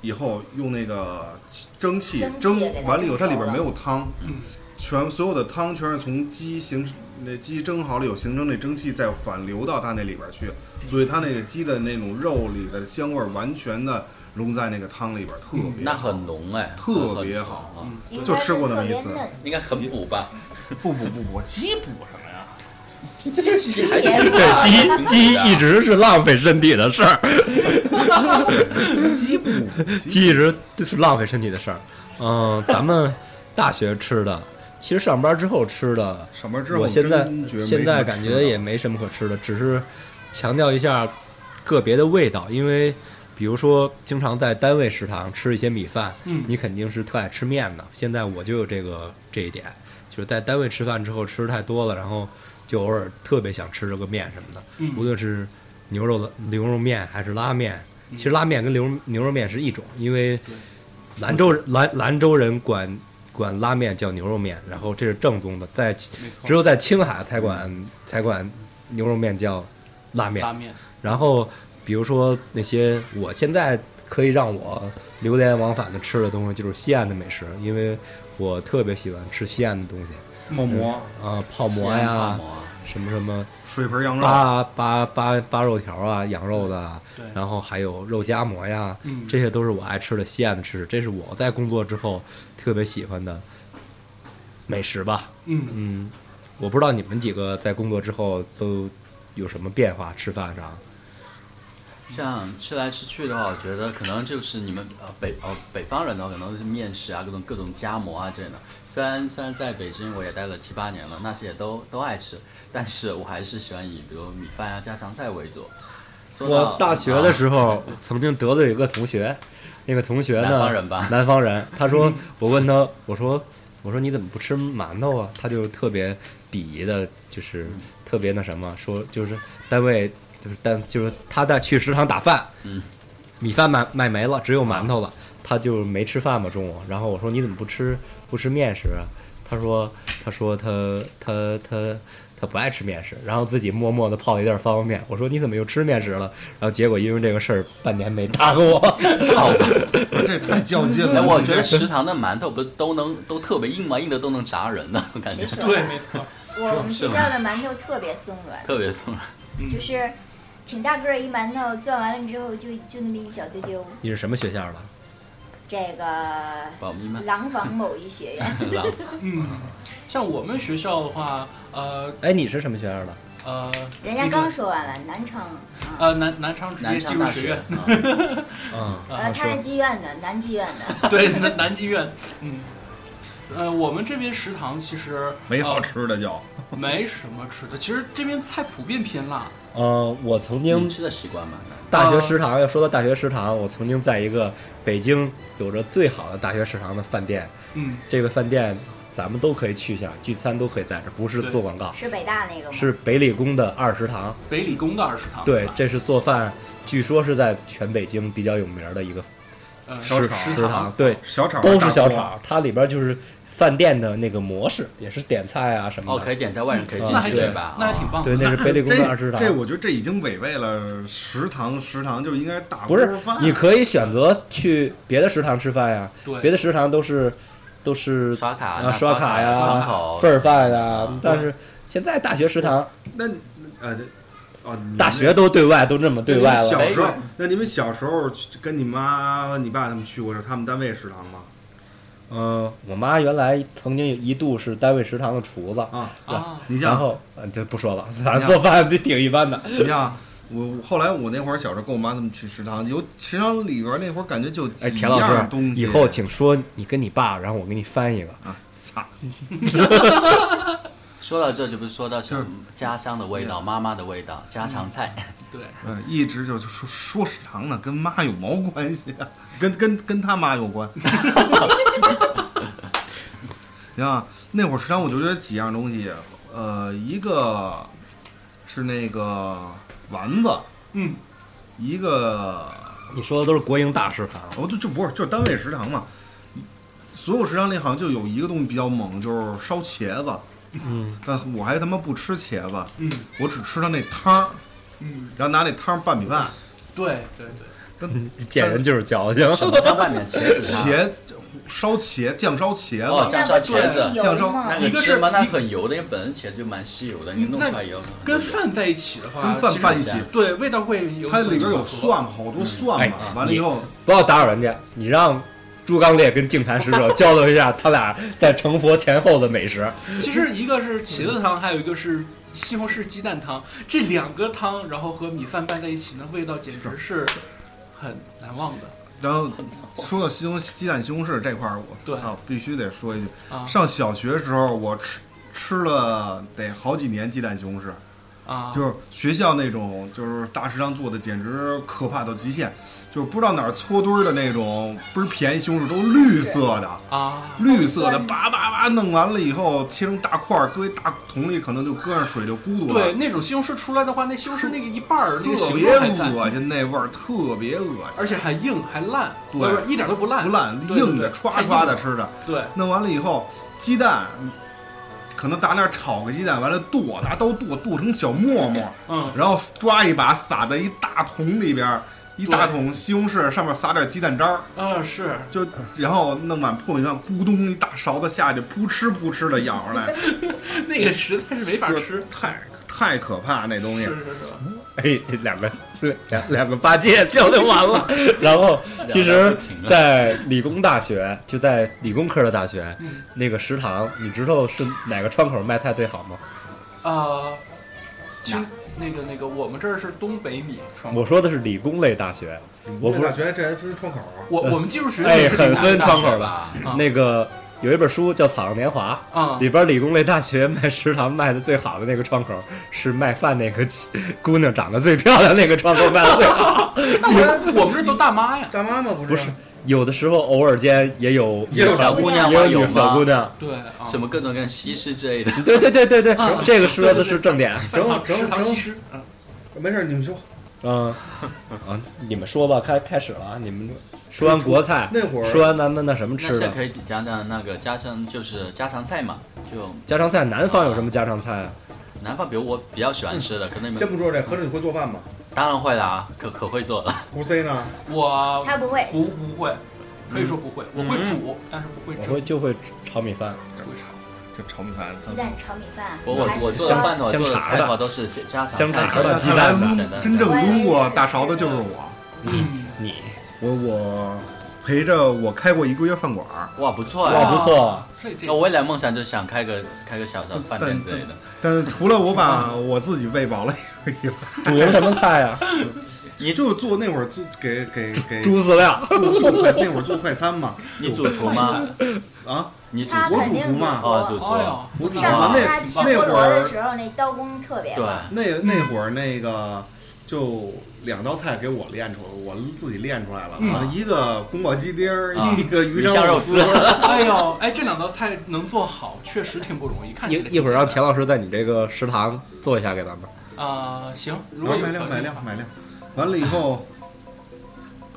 Speaker 5: 以后用那个气蒸汽
Speaker 4: 蒸
Speaker 5: 蒸
Speaker 4: 汽给它，
Speaker 5: 完了以后它里边
Speaker 4: 蒸熟
Speaker 5: 没
Speaker 4: 了
Speaker 5: 有汤，
Speaker 3: 嗯
Speaker 5: 全所有的汤全是从鸡形那鸡蒸好了以后形成那蒸汽再反流到它那里边去，所以它那个鸡的那种肉里的香味儿完全的融在那个汤里边，特别
Speaker 6: 那很浓哎，
Speaker 5: 特别
Speaker 6: 很
Speaker 5: 好
Speaker 6: 爽啊，
Speaker 4: 应该
Speaker 5: 就是吃过那
Speaker 4: 特
Speaker 5: 么一
Speaker 4: 别
Speaker 5: 次
Speaker 4: 嫩，
Speaker 6: 应该很补
Speaker 5: <laughs>
Speaker 6: 吧？
Speaker 5: 不不不不，鸡补什么呀？
Speaker 6: 鸡还是
Speaker 2: 对，鸡鸡一直是浪费身体的事儿，
Speaker 5: <laughs> 鸡补
Speaker 2: 鸡一直是浪费身体的事儿。嗯，咱们大学吃的，其实上班之后吃的，
Speaker 5: 上班之后
Speaker 2: 我现在
Speaker 5: 真觉得没
Speaker 2: 现在
Speaker 5: 什么
Speaker 2: 感
Speaker 5: 吃
Speaker 2: 觉
Speaker 5: 的
Speaker 2: 也没什么可吃的，只是强调一下个别的味道，因为比如说经常在单位食堂吃一些米饭，
Speaker 3: 嗯
Speaker 2: 你肯定是特爱吃面的。现在我就有这个这一点，就是在单位吃饭之后吃太多了，然后就偶尔特别想吃这个面什么的，
Speaker 3: 嗯
Speaker 2: 无论是牛肉的牛肉面还是拉面，
Speaker 5: 嗯
Speaker 2: 其实拉面跟牛肉牛肉面是一种，因为兰州人兰兰州人管。管拉面叫牛肉面，然后这是正宗的，在
Speaker 3: 没
Speaker 2: 只
Speaker 3: 错，
Speaker 2: 有在青海才管才管牛肉面叫拉面
Speaker 3: 拉。面。
Speaker 2: 然后比如说那些我现在可以让我流连忘返的吃的东西，就是西安的美食，因为我特别喜欢吃西安的东西
Speaker 5: 泡馍、
Speaker 2: 啊，泡馍
Speaker 6: 西安泡
Speaker 2: 呀，
Speaker 6: 馍啊
Speaker 2: 什么什么
Speaker 5: 水盆羊肉、
Speaker 2: 扒扒扒扒肉条啊，羊肉的啊
Speaker 3: 对，
Speaker 2: 然后还有肉夹馍呀，
Speaker 3: 嗯
Speaker 2: 这些都是我爱吃的西安的吃食，这是我在工作之后特别喜欢的美食吧。
Speaker 3: 嗯，
Speaker 2: 嗯，我不知道你们几个在工作之后都有什么变化，吃饭上。
Speaker 6: 像吃来吃去的话，我觉得可能就是你们呃北呃北方人的话，可能是面食啊，各种各种夹馍啊之类的。虽然虽然在北京我也待了七八年了，那些也都都爱吃，但是我还是喜欢以比如米饭啊、家常菜为主。说到
Speaker 2: 我大学的时候曾经得罪一个同学，那个同学呢，
Speaker 6: 南方人吧
Speaker 2: 南方人他
Speaker 6: <laughs>
Speaker 2: 说我问他，我说我说你怎么不吃馒头啊？他就特别鄙夷的，就是
Speaker 6: 嗯
Speaker 2: 特别那什么，说就是单位就是单就是他在去食堂打饭，
Speaker 6: 嗯，啊
Speaker 2: 米饭卖卖没了，只有馒头了，他就没吃饭嘛中午。然后我说你怎么不吃不吃面食啊？他说他说他他他他不爱吃面食，然后自己默默的泡了一袋方便面。我说你怎么又吃面食了？然后结果因为这个事儿半年没搭过我。
Speaker 6: 好吧
Speaker 5: 这太较劲
Speaker 6: 哎，
Speaker 5: <laughs> 了。
Speaker 6: 我觉得食堂的馒头不是都能都特别硬吗？硬的都能炸人的感觉
Speaker 4: 谁，说
Speaker 3: 对，
Speaker 4: 的？
Speaker 3: 没错，
Speaker 4: 我我们学
Speaker 6: 是吗
Speaker 4: 校的馒头特别松软，
Speaker 6: 特别松软。
Speaker 4: 就是挺大个儿一馒头，攥完了之后就就那么一小丢丢。
Speaker 2: 你是什么学校的？
Speaker 4: 这个
Speaker 6: 保密吗？
Speaker 4: <laughs> 廊坊某一学院，
Speaker 6: 狼
Speaker 3: 嗯，像我们学校的话，呃
Speaker 2: 哎，你是什么学校的？
Speaker 3: 呃，
Speaker 4: 人家
Speaker 3: 那个
Speaker 4: 刚说完了，南昌，啊
Speaker 3: 呃南南昌职业
Speaker 6: 南
Speaker 3: 技
Speaker 6: 昌
Speaker 3: 术
Speaker 6: 大
Speaker 3: 学院
Speaker 6: 学，，嗯
Speaker 2: 嗯，
Speaker 4: 呃，
Speaker 2: 是
Speaker 4: 他是妓院的，南妓院
Speaker 3: <laughs>
Speaker 4: 的，
Speaker 3: 对南南技院，嗯。呃，我们这边食堂其实
Speaker 5: 没好
Speaker 3: 呃
Speaker 5: 吃的就，
Speaker 3: 没什么吃的。其实这边菜普遍偏辣，
Speaker 2: 呃，我曾
Speaker 6: 你
Speaker 2: 经
Speaker 6: 吃的习惯吗？
Speaker 3: 嗯
Speaker 2: 大学食堂，要说到大学食堂，我曾经在一个北京有着最好的大学食堂的饭店，
Speaker 3: 嗯，
Speaker 2: 这个饭店咱们都可以去一下，聚餐都可以在这儿，不是
Speaker 3: 对
Speaker 2: 做广告，
Speaker 4: 是北大那个吗？
Speaker 2: 是北理工的二食堂。
Speaker 3: 北理工的二食堂，
Speaker 2: 对
Speaker 3: 是，
Speaker 5: 啊
Speaker 3: 吧
Speaker 2: 这是做饭，据说是在全北京比较有名的一个
Speaker 3: 呃
Speaker 5: 小
Speaker 2: 食
Speaker 5: 炒
Speaker 2: 食
Speaker 3: 堂
Speaker 2: 堂，对，
Speaker 5: 小炒
Speaker 2: 都是小
Speaker 5: 大锅啊
Speaker 2: 炒，它里边就是饭店的那个模式，也是点菜啊什
Speaker 6: 哦，
Speaker 2: 么
Speaker 6: 可
Speaker 2: 的。
Speaker 6: 以点菜，外人可以进
Speaker 3: 嗯那还
Speaker 6: 去
Speaker 3: 挺
Speaker 6: 对吧？哦
Speaker 3: 那还挺棒的。
Speaker 2: 对，那是北理工的二食
Speaker 5: 这
Speaker 2: 堂。
Speaker 5: 这，我觉得这已经违背了食堂，食堂就应该大
Speaker 2: 不
Speaker 5: 锅
Speaker 2: 是
Speaker 5: 饭。，
Speaker 2: 你可以选择去别的食堂吃饭呀，
Speaker 3: 对
Speaker 2: 别的食堂都是都是
Speaker 6: 刷卡
Speaker 2: 啊
Speaker 6: 拿
Speaker 2: 刷
Speaker 6: 卡
Speaker 2: 呀、
Speaker 6: 窗口
Speaker 2: 份儿饭呀
Speaker 6: 啊，
Speaker 2: 但是现在大学食堂
Speaker 5: 那呃，这哦，你们
Speaker 2: 大学都对外都这么对外
Speaker 5: 那你
Speaker 2: 了，
Speaker 5: 们小时候，那你们小时候去跟你妈、你爸他们去过是他们单位食堂吗？
Speaker 2: 嗯，我妈原来曾经一度是单位食堂的厨子，
Speaker 5: 啊，
Speaker 3: 啊，
Speaker 5: 你
Speaker 2: 然
Speaker 5: 像
Speaker 2: 后呃这不说了，咱做饭就挺一般的。
Speaker 5: 你像我，我后来我那会儿小时候跟我妈他们去食堂，有食堂里边那会儿感觉就
Speaker 2: 哎，
Speaker 5: 几
Speaker 2: 田老
Speaker 5: 样
Speaker 2: 师
Speaker 5: 东，西。
Speaker 2: 以
Speaker 5: 啊
Speaker 2: 后请说你跟你爸，然后我给你翻一个。
Speaker 5: 操，
Speaker 6: 说到这就不是说到什么家乡的味道、妈妈的味道、家常菜，
Speaker 3: 对，
Speaker 5: 嗯，一直就说说食堂呢，跟妈有毛关系啊？跟跟跟他妈有关。 <laughs> 你看啊那会儿食堂，我就觉得几样东西，呃，一个是那个丸子，
Speaker 3: 嗯，
Speaker 5: 一个
Speaker 2: 你说的都是国营大食堂，
Speaker 5: 哦，就就不是，就是单位食堂嘛。所有食堂里好像就有一个东西比较猛，就是烧茄子。
Speaker 2: 嗯，
Speaker 5: 但我还他妈不吃茄子，
Speaker 3: 嗯
Speaker 5: 我只吃它那汤儿，
Speaker 3: 嗯，
Speaker 5: 然后拿那汤儿拌米饭。
Speaker 3: 对对对，
Speaker 2: 见人就是矫情。
Speaker 6: 什么 <laughs> 叫外面茄子汤？
Speaker 5: 茄烧茄酱烧茄
Speaker 6: 哦
Speaker 5: 子，
Speaker 4: 那
Speaker 6: 酱烧
Speaker 4: 不
Speaker 6: 茄子
Speaker 4: 是
Speaker 5: 酱
Speaker 4: 油
Speaker 5: 烧
Speaker 4: 吗
Speaker 6: 那？
Speaker 3: 一
Speaker 6: 个
Speaker 3: 个是
Speaker 6: 芝麻那
Speaker 3: 一
Speaker 6: 很油的，因为本身茄子就蛮吸油的，你弄
Speaker 3: 那
Speaker 6: 出来以后呢
Speaker 3: 跟饭在一起的话，
Speaker 5: 跟饭
Speaker 3: 其实
Speaker 5: 拌一起，
Speaker 3: 对味道会有，
Speaker 5: 它里边有蒜，嘛，好多蒜嘛。
Speaker 2: 哎
Speaker 5: 完了以后，
Speaker 2: 不要打扰人家，你让朱刚烈跟净坛使者交流一下他俩在成佛前后的美食。
Speaker 3: <laughs>
Speaker 2: <laughs>
Speaker 3: 其实一个是茄子汤，还有一个是西红柿鸡蛋汤，这两个汤然后和米饭拌在一起，那味道简直是很难忘的
Speaker 5: 然后说到西红柿鸡蛋西红柿这块儿，我
Speaker 3: 对
Speaker 5: 啊必须得说一句，
Speaker 3: 啊
Speaker 5: 上小学时候我吃吃了得好几年鸡蛋西红柿，
Speaker 3: 啊！
Speaker 5: 就是学校那种就是大食堂做的，简直可怕到极限。就是不知道哪儿搓堆儿的那种，不是便宜西红柿，都是绿色的，
Speaker 3: 啊，
Speaker 5: 绿色的，
Speaker 4: 酸
Speaker 5: 叭叭叭弄完了以后，切成大块儿，搁一大桶里，可能就搁上水就咕嘟了。
Speaker 3: 对，那种西红柿出来的话，那西红柿那个一半儿那个
Speaker 5: 特
Speaker 3: 形
Speaker 5: 别
Speaker 3: 状还在，
Speaker 5: 恶心，那味儿特别恶心，
Speaker 3: 而且还硬还烂，
Speaker 5: 对
Speaker 3: 不是一点都不烂，
Speaker 5: 不烂，
Speaker 3: 对
Speaker 5: 硬的，
Speaker 3: 对
Speaker 5: 歘
Speaker 3: 对
Speaker 5: 歘的吃的。
Speaker 3: 对，
Speaker 5: 弄完了以后，鸡蛋可能打那儿炒个鸡蛋，完了剁，拿刀剁，剁成小沫沫，
Speaker 3: 嗯，
Speaker 5: 然后抓一把撒在一大桶里边儿，一大
Speaker 3: 对
Speaker 5: 桶西红柿上面撒点鸡蛋渣儿，
Speaker 3: 啊是，
Speaker 5: 就然后弄碗破米饭，咕咚一大勺子下去，扑哧扑哧的舀上来，
Speaker 3: 那个实在是没法吃，
Speaker 5: 太嗯太可怕那东
Speaker 3: 是
Speaker 5: 西。
Speaker 3: 是是，
Speaker 2: 哎，这两个两两个八戒交流完了， <laughs> 然后其实，在理工大学，就在理工科的大学
Speaker 3: 嗯，
Speaker 2: 那个食堂，你知道是哪个窗口卖菜最好吗？
Speaker 3: 啊，清那个那个，我们这儿是东北米窗口。
Speaker 2: 我说的是理工类大学，我
Speaker 5: 这
Speaker 2: 不
Speaker 5: 大学这还分窗口啊？
Speaker 3: 我我们技术学
Speaker 2: 哎，
Speaker 3: 院是
Speaker 2: 很
Speaker 3: 南
Speaker 2: 分
Speaker 3: 大
Speaker 2: 窗
Speaker 3: 学
Speaker 2: 口的。
Speaker 6: 吧？
Speaker 3: 啊
Speaker 2: 那个有一本书叫《草样年华》，
Speaker 3: 啊，
Speaker 2: 里边理工类大学卖食堂卖的最好的那个窗口，是卖饭那个 <laughs> 姑娘长得最漂亮那个窗口卖的最好。
Speaker 3: 我们这都大妈呀。
Speaker 5: 大妈吗？不是，
Speaker 2: 不是，有的时候偶尔间也有
Speaker 5: 也有
Speaker 6: 小姑娘
Speaker 2: 也
Speaker 6: 吗？
Speaker 2: 有
Speaker 6: 有
Speaker 2: 女小姑娘。
Speaker 3: 对啊，
Speaker 6: 什么各种各样西施之类的，
Speaker 2: 对对对对对
Speaker 3: 啊，
Speaker 2: 这个说的是正点。
Speaker 5: 整
Speaker 3: 啊
Speaker 5: 整
Speaker 3: 食堂
Speaker 5: 整
Speaker 3: 西施，嗯
Speaker 5: 没事，你们说。
Speaker 2: 嗯，啊，你们说吧，开开始了啊，你们说完国菜，
Speaker 5: 那会儿
Speaker 2: 说完咱们那什么
Speaker 6: 那
Speaker 2: 吃
Speaker 6: 现在
Speaker 2: 的，
Speaker 6: 可以加上那个加上就是家常菜嘛，就
Speaker 2: 家常菜，南方有什么家常菜啊？
Speaker 6: 南方比如我比较喜欢吃的，可能你
Speaker 5: 先
Speaker 6: 们
Speaker 5: 不说这，合着你会做饭吗？
Speaker 6: 当然会啦，可可会做了。
Speaker 5: 胡 C 呢？
Speaker 3: 我
Speaker 4: 他不会，
Speaker 3: 不不会，可以说不会，我
Speaker 5: 嗯
Speaker 3: 会煮，但是不会
Speaker 2: 我
Speaker 3: 蒸
Speaker 2: 会。就会炒米饭，
Speaker 9: 就炒米饭，
Speaker 4: 鸡蛋炒米饭。
Speaker 6: 我我
Speaker 4: 还
Speaker 6: 我
Speaker 4: 是
Speaker 6: 做的
Speaker 4: 说
Speaker 6: 饭团
Speaker 2: 香
Speaker 6: 做的
Speaker 2: 肠
Speaker 6: 菜
Speaker 2: 的
Speaker 6: 法都是家家常
Speaker 2: 香
Speaker 6: 菜
Speaker 2: 肠的
Speaker 6: 的
Speaker 2: 鸡
Speaker 9: 看来
Speaker 2: 蛋的
Speaker 6: 简单
Speaker 9: 真
Speaker 6: 的
Speaker 9: 正抡过大勺的就是我。
Speaker 3: 嗯，
Speaker 2: 你
Speaker 9: 我我陪着我开过一个月饭馆儿，
Speaker 6: 哇不错
Speaker 2: 哇
Speaker 6: 哎。
Speaker 2: 不错，啊
Speaker 3: 这这
Speaker 5: 哦
Speaker 6: 那未来梦想就是想开个开个小小饭店之类的。
Speaker 9: 但是除了我把我自己喂饱了以外，
Speaker 2: 煮的什么菜啊？
Speaker 5: 你就做那会儿做给给给
Speaker 2: 猪饲料，
Speaker 5: 做做快那会儿做快餐嘛？
Speaker 6: 你主厨吗？
Speaker 5: 啊，
Speaker 6: 你主
Speaker 4: 他
Speaker 6: 厨
Speaker 5: 我
Speaker 6: 啊
Speaker 4: 肯定
Speaker 5: 煮嘛
Speaker 6: 哦，主
Speaker 4: 煮。
Speaker 3: 哎呦
Speaker 6: 厨。，
Speaker 5: 我煮
Speaker 4: 上
Speaker 5: 嘛
Speaker 4: 次
Speaker 5: 那
Speaker 4: 他切
Speaker 5: 那
Speaker 4: 菠
Speaker 5: 会
Speaker 4: 萝的
Speaker 5: 儿
Speaker 4: 时候，那刀工特别
Speaker 6: 对，
Speaker 4: 棒。
Speaker 5: 那那会儿那个就两道菜给我练出来，我自己练出来了，
Speaker 3: 嗯
Speaker 5: 完了一个宫保鸡丁儿，
Speaker 6: 啊
Speaker 5: 一个
Speaker 6: 鱼
Speaker 5: 香
Speaker 6: 香肉
Speaker 5: 丝
Speaker 6: 丝，
Speaker 3: 哎
Speaker 5: 哦
Speaker 3: 呦，哎，这两道菜能做好，确实挺不容易。看
Speaker 2: 一
Speaker 3: 起来
Speaker 2: 一会儿让田
Speaker 3: 啊、
Speaker 2: 老师在你这个食堂做一下给咱们。
Speaker 3: 呃行，如
Speaker 5: 然
Speaker 3: 果
Speaker 5: 后
Speaker 3: 有条
Speaker 5: 买料买
Speaker 3: 件的
Speaker 5: 料
Speaker 2: 啊
Speaker 3: 话
Speaker 5: 买料，完了以后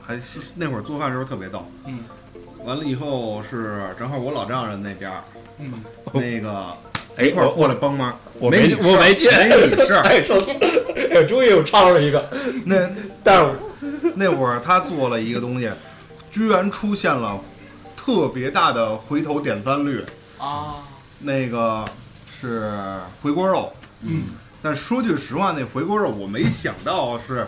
Speaker 5: 还是那会儿做饭的时候特别逗，
Speaker 3: 嗯
Speaker 5: 完了以后是正好我老丈人那边儿
Speaker 3: 嗯，
Speaker 5: 那个
Speaker 2: 哎
Speaker 5: 一块儿
Speaker 2: 我
Speaker 5: 过来帮忙，
Speaker 2: 我没
Speaker 5: 没你事儿
Speaker 2: 我没去
Speaker 5: 没你事儿。
Speaker 2: <laughs> 哎，说，哎，终于又抄了一个，
Speaker 5: 那
Speaker 2: <laughs> 但是，
Speaker 5: 那会儿他做了一个东西，居然出现了特别大的回头点赞率，
Speaker 3: 啊，
Speaker 5: 那个是回锅肉。
Speaker 3: 嗯，
Speaker 5: 但说句实话，那回锅肉我没想到是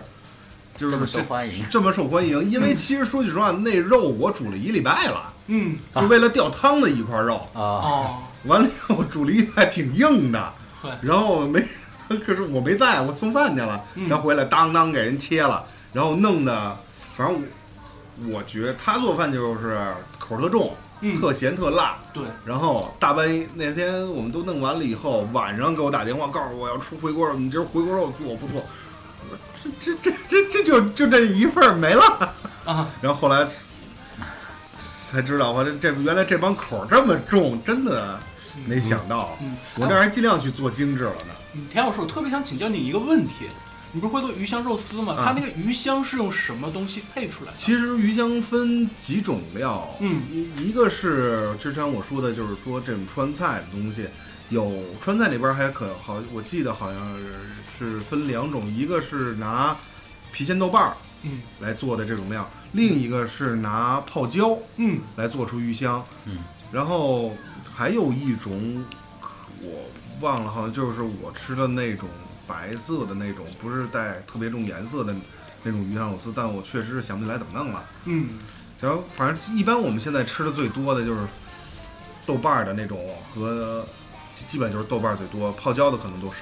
Speaker 5: 就
Speaker 6: 这么
Speaker 5: 是
Speaker 6: 受欢迎。
Speaker 5: 这么受欢迎，因为其实说句实话，那肉我煮了一礼拜了，
Speaker 3: 嗯，
Speaker 5: 就为了吊汤的一块肉，
Speaker 6: <laughs> 啊，
Speaker 3: 哦，
Speaker 5: 完了以后煮了一礼拜挺硬的
Speaker 3: 对，
Speaker 5: 然后没，可是我没在，我送饭去了，
Speaker 3: 嗯
Speaker 5: 然后回来当当给人切了，然后弄的，反正我我觉得他做饭就是口儿特重，
Speaker 3: 嗯，
Speaker 5: 特咸特辣。
Speaker 3: 对，
Speaker 5: 然后大半夜那天我们都弄完了以后，晚上给我打电话，告诉我要出回锅肉，你今儿回锅肉做不错。我说这这这这这就就这一份儿没了。
Speaker 3: 啊，
Speaker 5: 然后后来才知道，我这这原来这帮口儿这么重，真的没想到。
Speaker 3: 嗯，
Speaker 5: 我这还尽量去做精致了呢。
Speaker 3: 嗯田老师，我特别想请教你一个问题，你不是会做鱼香肉丝吗？
Speaker 5: 啊
Speaker 3: 它那个鱼香是用什么东西配出来的？
Speaker 5: 其实鱼香分几种料，
Speaker 3: 嗯
Speaker 5: 一，一个是之前我说的，就是说这种川菜的东西，有川菜里边还可好，我记得好像是分两种，一个是拿郫县豆瓣儿
Speaker 3: 嗯
Speaker 5: 来做的这种料，另一个是拿泡椒
Speaker 3: 嗯
Speaker 5: 来做出鱼香，
Speaker 6: 嗯，
Speaker 5: 然后还有一种我忘了，好像就是我吃的那种白色的那种，不是带特别重颜色的那种鱼香肉丝，但我确实是想不起来怎么弄了。
Speaker 3: 嗯，
Speaker 5: 然后反正一般我们现在吃的最多的就是豆瓣儿的那种和基基本就是豆瓣儿最多，泡椒的可能都少。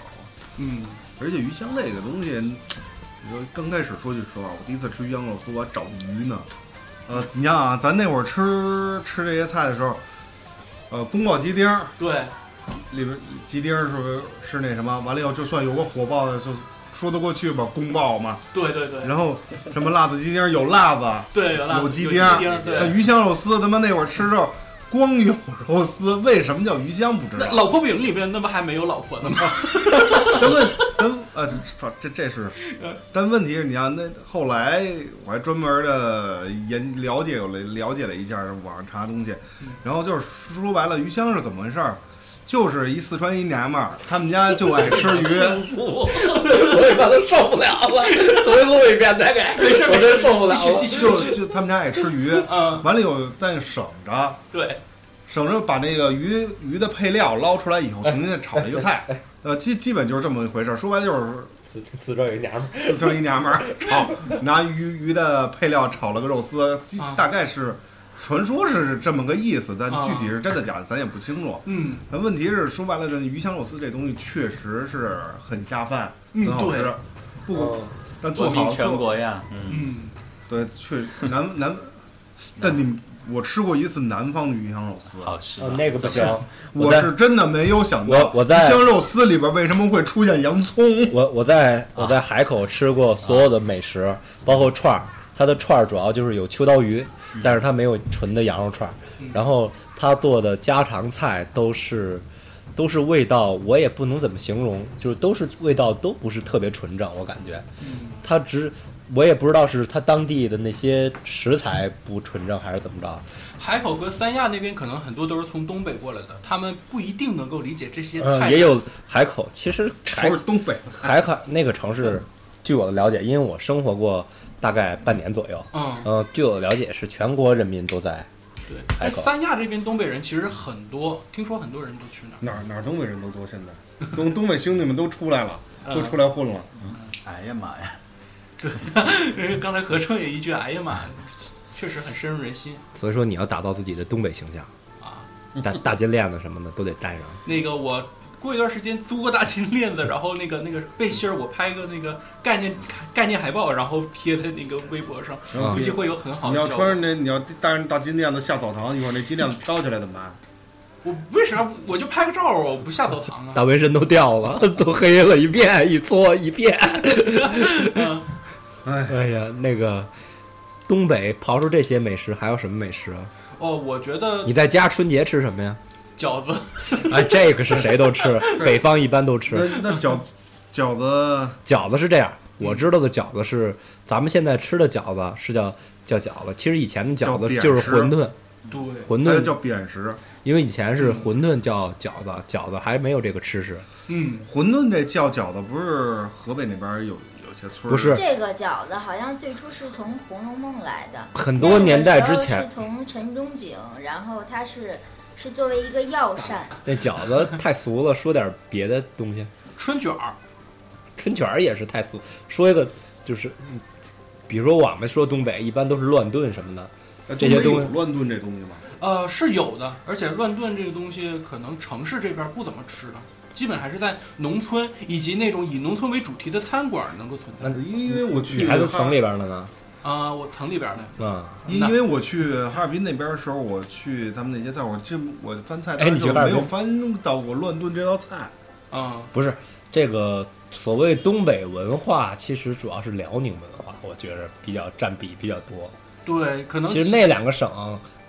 Speaker 3: 嗯，
Speaker 5: 而且鱼香这个东西，你说刚开始说句实话，我第一次吃鱼香肉丝，我还找鱼呢。呃，你看啊，咱那会儿吃吃这些菜的时候，呃，宫保鸡丁儿
Speaker 3: 对，
Speaker 5: 里边鸡丁儿是不是是那什么？完了以后，就算有个火爆的，就说得过去吧，宫爆嘛。
Speaker 3: 对对对，
Speaker 5: 然后什么辣子鸡丁儿有辣子，
Speaker 3: 对，有辣
Speaker 5: 有
Speaker 3: 有
Speaker 5: 鸡
Speaker 3: 丁
Speaker 5: 丁儿
Speaker 3: 儿，
Speaker 5: 那
Speaker 3: 对。
Speaker 5: 鱼香肉丝，他妈那会儿吃肉，光有肉丝，为什么叫鱼香不知
Speaker 3: 那
Speaker 5: 道？
Speaker 3: 老婆饼里边那不还没有老婆呢吗？
Speaker 5: <laughs> 但问但呃，操，这这是，但问题是，你看那后来我还专门的研了解有了了解了一下网上查东西
Speaker 3: 嗯，
Speaker 5: 然后就是说白了，鱼香是怎么回事儿？就是一四川一娘们儿，他们家就爱吃鱼
Speaker 2: 素，我他都受不了了，重新录一遍再给， <laughs> 我真受不了了
Speaker 3: 继续继续，
Speaker 5: 就就他们家爱吃鱼，
Speaker 3: 嗯，
Speaker 5: 完了有但省着
Speaker 3: 对，
Speaker 5: 省着把那个鱼鱼的配料捞出来以后，
Speaker 2: 哎
Speaker 5: 重新再炒一个菜，呃，基基本就是这么一回事儿。说白了就是
Speaker 2: 自自证一娘
Speaker 5: <laughs>
Speaker 2: 们儿，
Speaker 5: 四川一娘们儿炒拿鱼鱼的配料炒了个肉丝，基
Speaker 3: 啊
Speaker 5: 大概是传说是这么个意思，但
Speaker 3: 啊
Speaker 5: 具体是真的假的咱也不清楚。
Speaker 3: 嗯
Speaker 5: 但问题是，说白了，这鱼香肉丝这东西确实是很下饭，
Speaker 3: 嗯
Speaker 5: 很好吃
Speaker 3: 对。
Speaker 5: 不，
Speaker 2: 哦
Speaker 5: 但做
Speaker 6: 闻名
Speaker 5: 好
Speaker 6: 全
Speaker 5: 做
Speaker 6: 国呀，嗯，
Speaker 3: 嗯，
Speaker 5: 对，确南南，但你我吃过一次南方的鱼香肉丝，
Speaker 6: 好吃吧。
Speaker 2: 呃，那 <laughs> 个不行，
Speaker 5: 我
Speaker 2: 在
Speaker 5: 是真的没有想到，
Speaker 2: 我我在
Speaker 5: 鱼香肉丝里边为什么会出现洋葱？
Speaker 2: 我我在我在海口吃过所有的美食，包括串儿，它的串儿主要就是有秋刀鱼，但是它没有纯的羊肉串儿，然后它做的家常菜都是。都是味道，我也不能怎么形容，就是都是味道都不是特别纯正，我感觉，它只我也不知道是它当地的那些食材不纯正还是怎么着，
Speaker 3: 海口和三亚那边可能很多都是从东北过来的，他们不一定能够理解这些菜。
Speaker 2: 嗯，也有海口，其实海
Speaker 5: 不是东北，
Speaker 2: 海口那个城市，据我的了解，因为我生活过大概半年左右，
Speaker 3: 嗯，
Speaker 2: 呃，据我的了解是全国人民都在，
Speaker 3: 对。
Speaker 2: 海
Speaker 3: 但
Speaker 2: 口
Speaker 3: 三亚这边东北人其实很多，听说很多人都去那儿。
Speaker 5: 哪儿哪儿东北人都多，现
Speaker 2: <laughs>
Speaker 5: 在东东北兄弟们都出来了，
Speaker 3: 嗯
Speaker 5: 都出来混了。
Speaker 6: 哎呀妈呀，
Speaker 2: 嗯
Speaker 3: <laughs> 刚才何成也一句“哎呀妈”，确实很深入人心
Speaker 2: 所以说你要打造自己的东北形象，
Speaker 3: 啊。
Speaker 2: 大大金链子什么的都得带上。
Speaker 3: 那个我过一段时间租个大金链子，然后那个那个背心儿，我拍个那个概念概念海报，然后贴在那个微博上，
Speaker 2: 嗯
Speaker 3: 估计会有很好
Speaker 5: 你
Speaker 3: 的
Speaker 5: 要
Speaker 3: 效
Speaker 5: 穿
Speaker 3: 果。
Speaker 5: 上那，你要带上大金链子下澡堂，一会儿那金链子飘起来怎么办？
Speaker 3: 我为啥不我就拍个照儿，我不下澡
Speaker 2: <laughs>
Speaker 3: 堂啊？
Speaker 2: 大纹身都掉了，都黑了一遍，一搓一
Speaker 5: <laughs>
Speaker 2: 遍。
Speaker 5: 哎，
Speaker 2: 哎呀，那个东北刨出这些美食，还有什么美食啊？
Speaker 3: 哦，我觉得
Speaker 2: 你在家春节吃什么呀？
Speaker 3: 饺子
Speaker 2: 哎，这个是谁都
Speaker 5: <laughs>
Speaker 2: 吃，北方一般都吃。
Speaker 5: 那那饺饺子
Speaker 2: 饺子是这样，
Speaker 5: 嗯
Speaker 2: 我知道的饺子是咱们现在吃的饺子是叫叫饺子，其实以前的饺子
Speaker 5: 叫扁
Speaker 2: 就是
Speaker 5: 食
Speaker 2: 馄饨，
Speaker 3: 对，
Speaker 2: 馄
Speaker 5: 那
Speaker 2: 饨
Speaker 5: 叫扁食，
Speaker 2: 因为以前是馄饨叫饺子，饺子还没有这个吃食，
Speaker 3: 嗯，
Speaker 5: 馄饨这叫饺子，不是河北那边有有些村儿
Speaker 2: 不是
Speaker 4: 这个饺子好像最初是从《红楼梦》来的，
Speaker 2: 很多年代之
Speaker 4: 那
Speaker 2: 前
Speaker 4: 个时候是从陈仲景，然后他是是作为一个药膳，
Speaker 2: 那饺子太俗了，说点别的东西，
Speaker 3: 春卷儿，
Speaker 2: 春卷儿也是太俗，说一个就是，嗯比如说我们说东北一般都是乱炖什么的，
Speaker 5: 哎
Speaker 2: 这些
Speaker 5: 东
Speaker 2: 东
Speaker 5: 北
Speaker 2: 西
Speaker 5: 有乱炖这东西吗？
Speaker 3: 呃，是有的，而且乱炖这个东西，可能城市这边不怎么吃的，基本还是在农村以及那种以农村为主题的餐馆能够存在。
Speaker 5: 因为我去
Speaker 2: 你还是
Speaker 5: 哈
Speaker 2: 城里边的呢，
Speaker 3: 啊、我城里边儿的，
Speaker 2: 啊、
Speaker 5: 因
Speaker 3: 那
Speaker 5: 因为我去哈尔滨那边的时候，我去他们那些菜，我这我翻菜
Speaker 2: 哎
Speaker 5: 单
Speaker 2: 你去
Speaker 5: 就
Speaker 2: 哈尔
Speaker 5: 没
Speaker 2: 滨
Speaker 5: 有翻到过乱炖这道菜。
Speaker 3: 嗯，
Speaker 2: 不是这个所谓东北文化，其实主要是辽宁文化，我觉着比较占比比较多。
Speaker 3: 对，可能
Speaker 2: 其实那两个省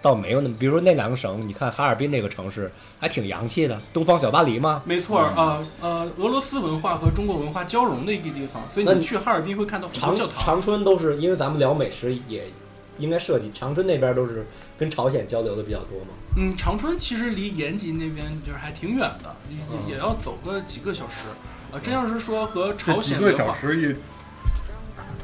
Speaker 2: 倒没有那么，比如说那两个省，你看哈尔滨这个城市还挺洋气的，东方小巴黎嘛。
Speaker 3: 没错儿啊，呃，俄罗斯文化和中国文化交融的一个地方，所以
Speaker 2: 那
Speaker 3: 你
Speaker 2: 你
Speaker 3: 去哈尔滨会看到很多
Speaker 2: 长
Speaker 3: 教堂。啊
Speaker 2: 长春都是因为咱们聊美食也应该涉及，长春那边都是跟朝鲜交流的比较多嘛。
Speaker 3: 嗯，长春其实离延吉那边就是还挺远的，也
Speaker 2: 嗯
Speaker 3: 也也要走个几个小时。啊，真要是说和
Speaker 5: 嗯这
Speaker 3: 朝
Speaker 5: 几
Speaker 3: 鲜
Speaker 5: 个
Speaker 3: 文
Speaker 5: 小
Speaker 3: 化，
Speaker 5: 时也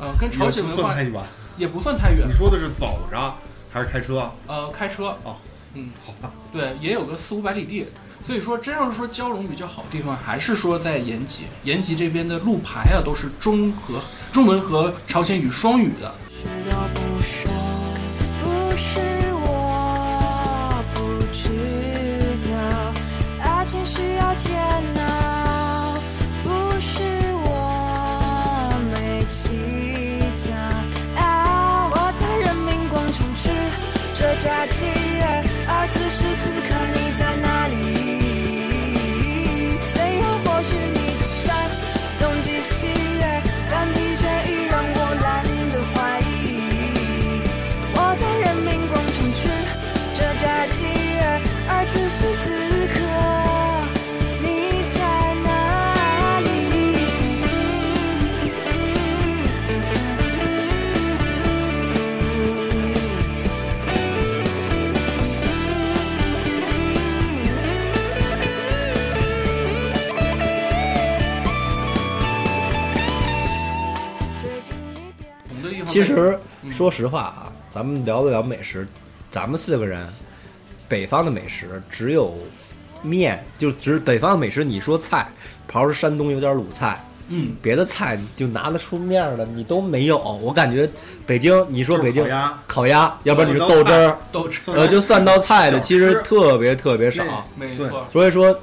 Speaker 3: 呃，跟朝
Speaker 5: 也
Speaker 3: 鲜
Speaker 5: 不
Speaker 3: 文
Speaker 5: 算
Speaker 3: 化
Speaker 5: 太嗯远。
Speaker 3: 也不算太远
Speaker 5: 你，说的是走着还是开车？
Speaker 3: 呃，开车
Speaker 5: 哦，
Speaker 3: 嗯，
Speaker 5: 好吧，
Speaker 3: 对，也有个四五百里地。所以说，真要是说交融比较好的地方，还是说在延吉。延吉这边的路牌啊，都是中和中文和朝鲜语双语的。
Speaker 8: 是我不说，不是我不知道，爱情需要煎熬，不是我没起早，啊，我在人民广场吃着炸鸡，而此时此刻你在哪里？虽然或许你在山东极西，但疲倦已让我懒得怀疑。我在人民广场吃着炸鸡，而此时此刻你在哪里？最近一遍。
Speaker 3: 我们的地方在
Speaker 2: 其实说实话啊，咱们聊得了美食，咱们四个人，北方的美食只有面，就只北方的美食。你说菜，刨出山东有点鲁菜，
Speaker 3: 嗯，
Speaker 2: 别的菜就拿得出面儿的你都没有。我感觉北京，你说
Speaker 5: 就是
Speaker 2: 北京
Speaker 5: 烤鸭
Speaker 2: 烤鸭，要不然你是
Speaker 5: 豆
Speaker 2: 豆汁儿，
Speaker 3: 都吃，
Speaker 5: 算
Speaker 2: 呃，就算道菜的，
Speaker 5: 小吃
Speaker 2: 其实特别特别少。
Speaker 5: 那
Speaker 3: 没
Speaker 5: 对
Speaker 3: 错，
Speaker 2: 所以说，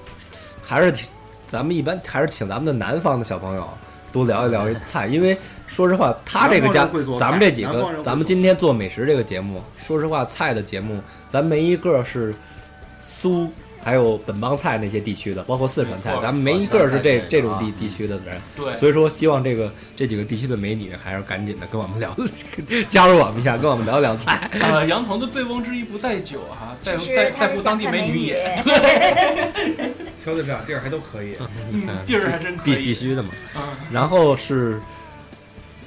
Speaker 2: 还是挺咱们一般还是请咱们的南方的小朋友多聊一聊这菜，因为说实话，他这个
Speaker 5: 南
Speaker 2: 家
Speaker 5: 方人会做，菜
Speaker 2: 咱们这几
Speaker 5: 南方
Speaker 2: 个
Speaker 5: 人会，做
Speaker 2: 咱们今天做美食这个节目，说实话，菜的节目，咱没一个是苏。还有本帮菜那些地区的，包括四川菜
Speaker 3: 没，
Speaker 5: 嗯
Speaker 3: 错
Speaker 2: 咱们没一个是这
Speaker 6: 广川菜
Speaker 2: 这种地
Speaker 6: 啊
Speaker 2: 地区的人，
Speaker 3: 对，
Speaker 2: 所以说希望这个这几个地区的美女还是赶紧的跟我们聊， <laughs> 加入我们一下，跟我们聊聊菜。
Speaker 3: 呃，杨彤的醉翁之意不在酒哈，在
Speaker 4: 其
Speaker 3: 在
Speaker 4: 实他
Speaker 3: 在
Speaker 4: 是
Speaker 3: 乎
Speaker 4: 想
Speaker 3: 当地
Speaker 4: 看美
Speaker 3: 美女也， <laughs>
Speaker 5: 挑的这啊俩地儿还都可以。
Speaker 3: 嗯，地儿还真可
Speaker 2: 必必
Speaker 3: 以，
Speaker 2: 须的嘛。
Speaker 3: 嗯，
Speaker 2: 然后是，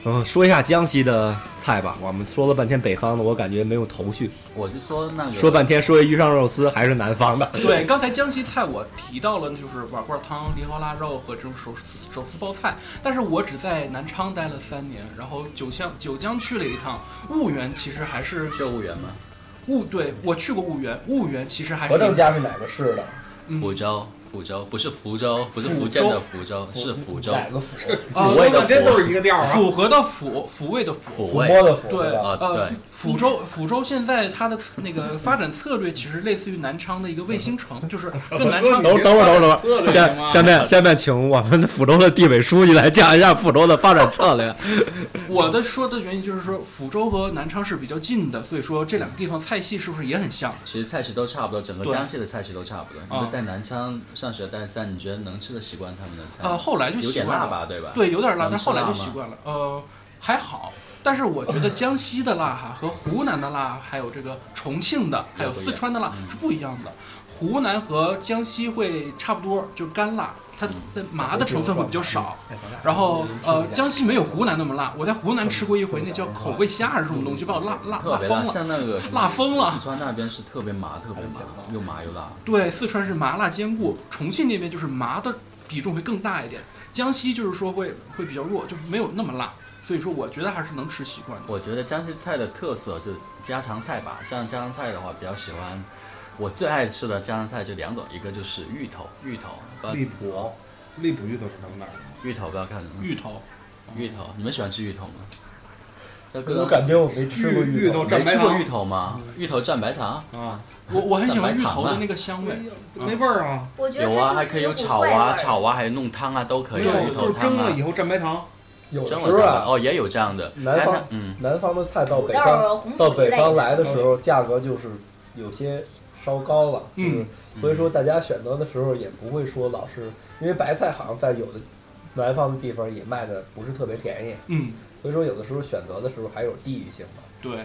Speaker 2: 嗯、说一下江西的菜吧。我们说了半天北方的，我感觉没有头绪。
Speaker 6: 我就说那个
Speaker 2: 说半天说一鱼香肉丝还是南方的，
Speaker 3: 对，刚才江西菜我提到了，就是瓦罐汤、梨花腊肉和这种手手撕包菜，但是我只在南昌待了三年，然后九江九江去了一趟，婺源其实还是
Speaker 6: 去婺源嘛，
Speaker 3: 婺，对我去过婺源，婺源其实还是
Speaker 2: 家是哪个市的？
Speaker 3: 嗯
Speaker 6: 福州，福州不是福州，不是福建的福州，是福州，
Speaker 2: 个府？
Speaker 3: 啊
Speaker 6: 抚慰的
Speaker 5: 半天都是一
Speaker 6: 抚，
Speaker 5: 个调儿啊。
Speaker 3: 府河的府，抚慰的府。
Speaker 6: 抚慰
Speaker 2: 的府
Speaker 3: 对，
Speaker 6: 吧
Speaker 3: 呃
Speaker 6: 对，
Speaker 3: 抚州，抚州现在它的那个发展策略其实类似于南昌的一个卫星城，就是跟南昌
Speaker 2: 等等会儿，等会儿，等会儿。
Speaker 5: 行
Speaker 2: 下
Speaker 5: 吗
Speaker 2: 下面下面，请我们的抚州的地委书记来讲一下抚州的发展策
Speaker 3: <laughs>
Speaker 2: 略。
Speaker 3: 我的说的原因就是说，福州和南昌是比较近的，所以说这两个地方菜系是不是也很像？
Speaker 6: 其实菜系都差不多，整个
Speaker 3: 对
Speaker 6: 江西的菜系都差不多。你
Speaker 3: 啊
Speaker 6: 说在南昌上学待三，你觉得能吃得习惯他们的菜吗？
Speaker 3: 呃，后来就
Speaker 6: 有
Speaker 3: 习
Speaker 6: 点
Speaker 3: 惯
Speaker 6: 辣
Speaker 3: 了，
Speaker 6: 吧，对吧？
Speaker 3: 对，有点辣，
Speaker 6: 能
Speaker 3: 但
Speaker 6: 吃
Speaker 3: 后来
Speaker 6: 辣
Speaker 3: 就
Speaker 6: 吗
Speaker 3: 习惯了。呃，还好，但是我觉 <laughs> 得江西的辣哈和湖南的辣，还有这个重庆的，还有
Speaker 6: 不一
Speaker 3: 四
Speaker 6: 样
Speaker 3: 川的辣
Speaker 6: 嗯
Speaker 3: 是不一样的。湖南和江西会差不多，就是干辣，它的麻的成分会比较少。然后呃，江西没有湖南那么辣。我在湖南吃过一回，那叫口味虾还是什么东西，把我辣辣
Speaker 6: 特
Speaker 3: 嗯辣
Speaker 6: 别
Speaker 3: 疯
Speaker 6: 辣，
Speaker 3: 了。
Speaker 6: 像那个
Speaker 3: 辣疯了
Speaker 6: 四川那边是特别麻，特别麻，又麻又辣。
Speaker 3: 对，四川是麻辣兼顾，重庆那边就是麻的比重会更大一点，江西就是说会会比较弱，就没有那么辣，所以说我觉得还是能吃习惯的。
Speaker 6: 我觉得江西菜的特色就是家常菜吧，像家常菜的话，比较喜欢我最爱吃的家常菜就两种，一个就是芋头，芋头，不知
Speaker 5: 荔
Speaker 6: 道
Speaker 5: 浦，荔浦芋头是他们那儿的。
Speaker 6: 芋头不要看什么
Speaker 3: 芋头，
Speaker 6: 芋头，你们喜欢吃芋头吗？这
Speaker 3: 啊
Speaker 6: 个
Speaker 2: 觉我没
Speaker 5: 吃过芋头芋头
Speaker 6: 没吃
Speaker 5: 蘸白
Speaker 6: 过
Speaker 5: 糖
Speaker 6: 芋头吗？芋头蘸白糖，
Speaker 5: 啊，
Speaker 3: 我我很喜欢芋头
Speaker 6: 蘸白糖
Speaker 3: 的
Speaker 6: 啊
Speaker 3: 那个香味，
Speaker 5: 没味儿啊，
Speaker 4: 我觉得
Speaker 6: 有
Speaker 4: 它
Speaker 6: 啊，
Speaker 4: 就
Speaker 6: 还
Speaker 4: 是
Speaker 6: 可以有
Speaker 4: 一股
Speaker 6: 炒
Speaker 4: 怪味
Speaker 6: 啊，
Speaker 4: 儿
Speaker 6: 炒啊，还有弄汤啊，都可以。
Speaker 5: 没
Speaker 6: 有
Speaker 5: 有
Speaker 6: 芋
Speaker 5: 就
Speaker 6: 头
Speaker 5: 是蒸
Speaker 6: 汤
Speaker 5: 了
Speaker 6: 啊
Speaker 5: 以，后蘸白糖，
Speaker 2: 有
Speaker 6: 蒸
Speaker 5: 啊
Speaker 6: 了蘸白糖，哦，也有这样的。
Speaker 2: 南
Speaker 6: 哎
Speaker 2: 方
Speaker 6: 那嗯，
Speaker 2: 南方的菜到
Speaker 4: 土豆儿、红薯一类的
Speaker 2: 的时候，价格就是有些稍高了，
Speaker 3: 嗯，
Speaker 2: 所以说大家选择的时候也不会说老是，因为白菜好像在有的南方的地方也卖的不是特别便宜，
Speaker 3: 嗯，
Speaker 2: 所以说有的时候选择的时候还有地域性的，
Speaker 3: 对，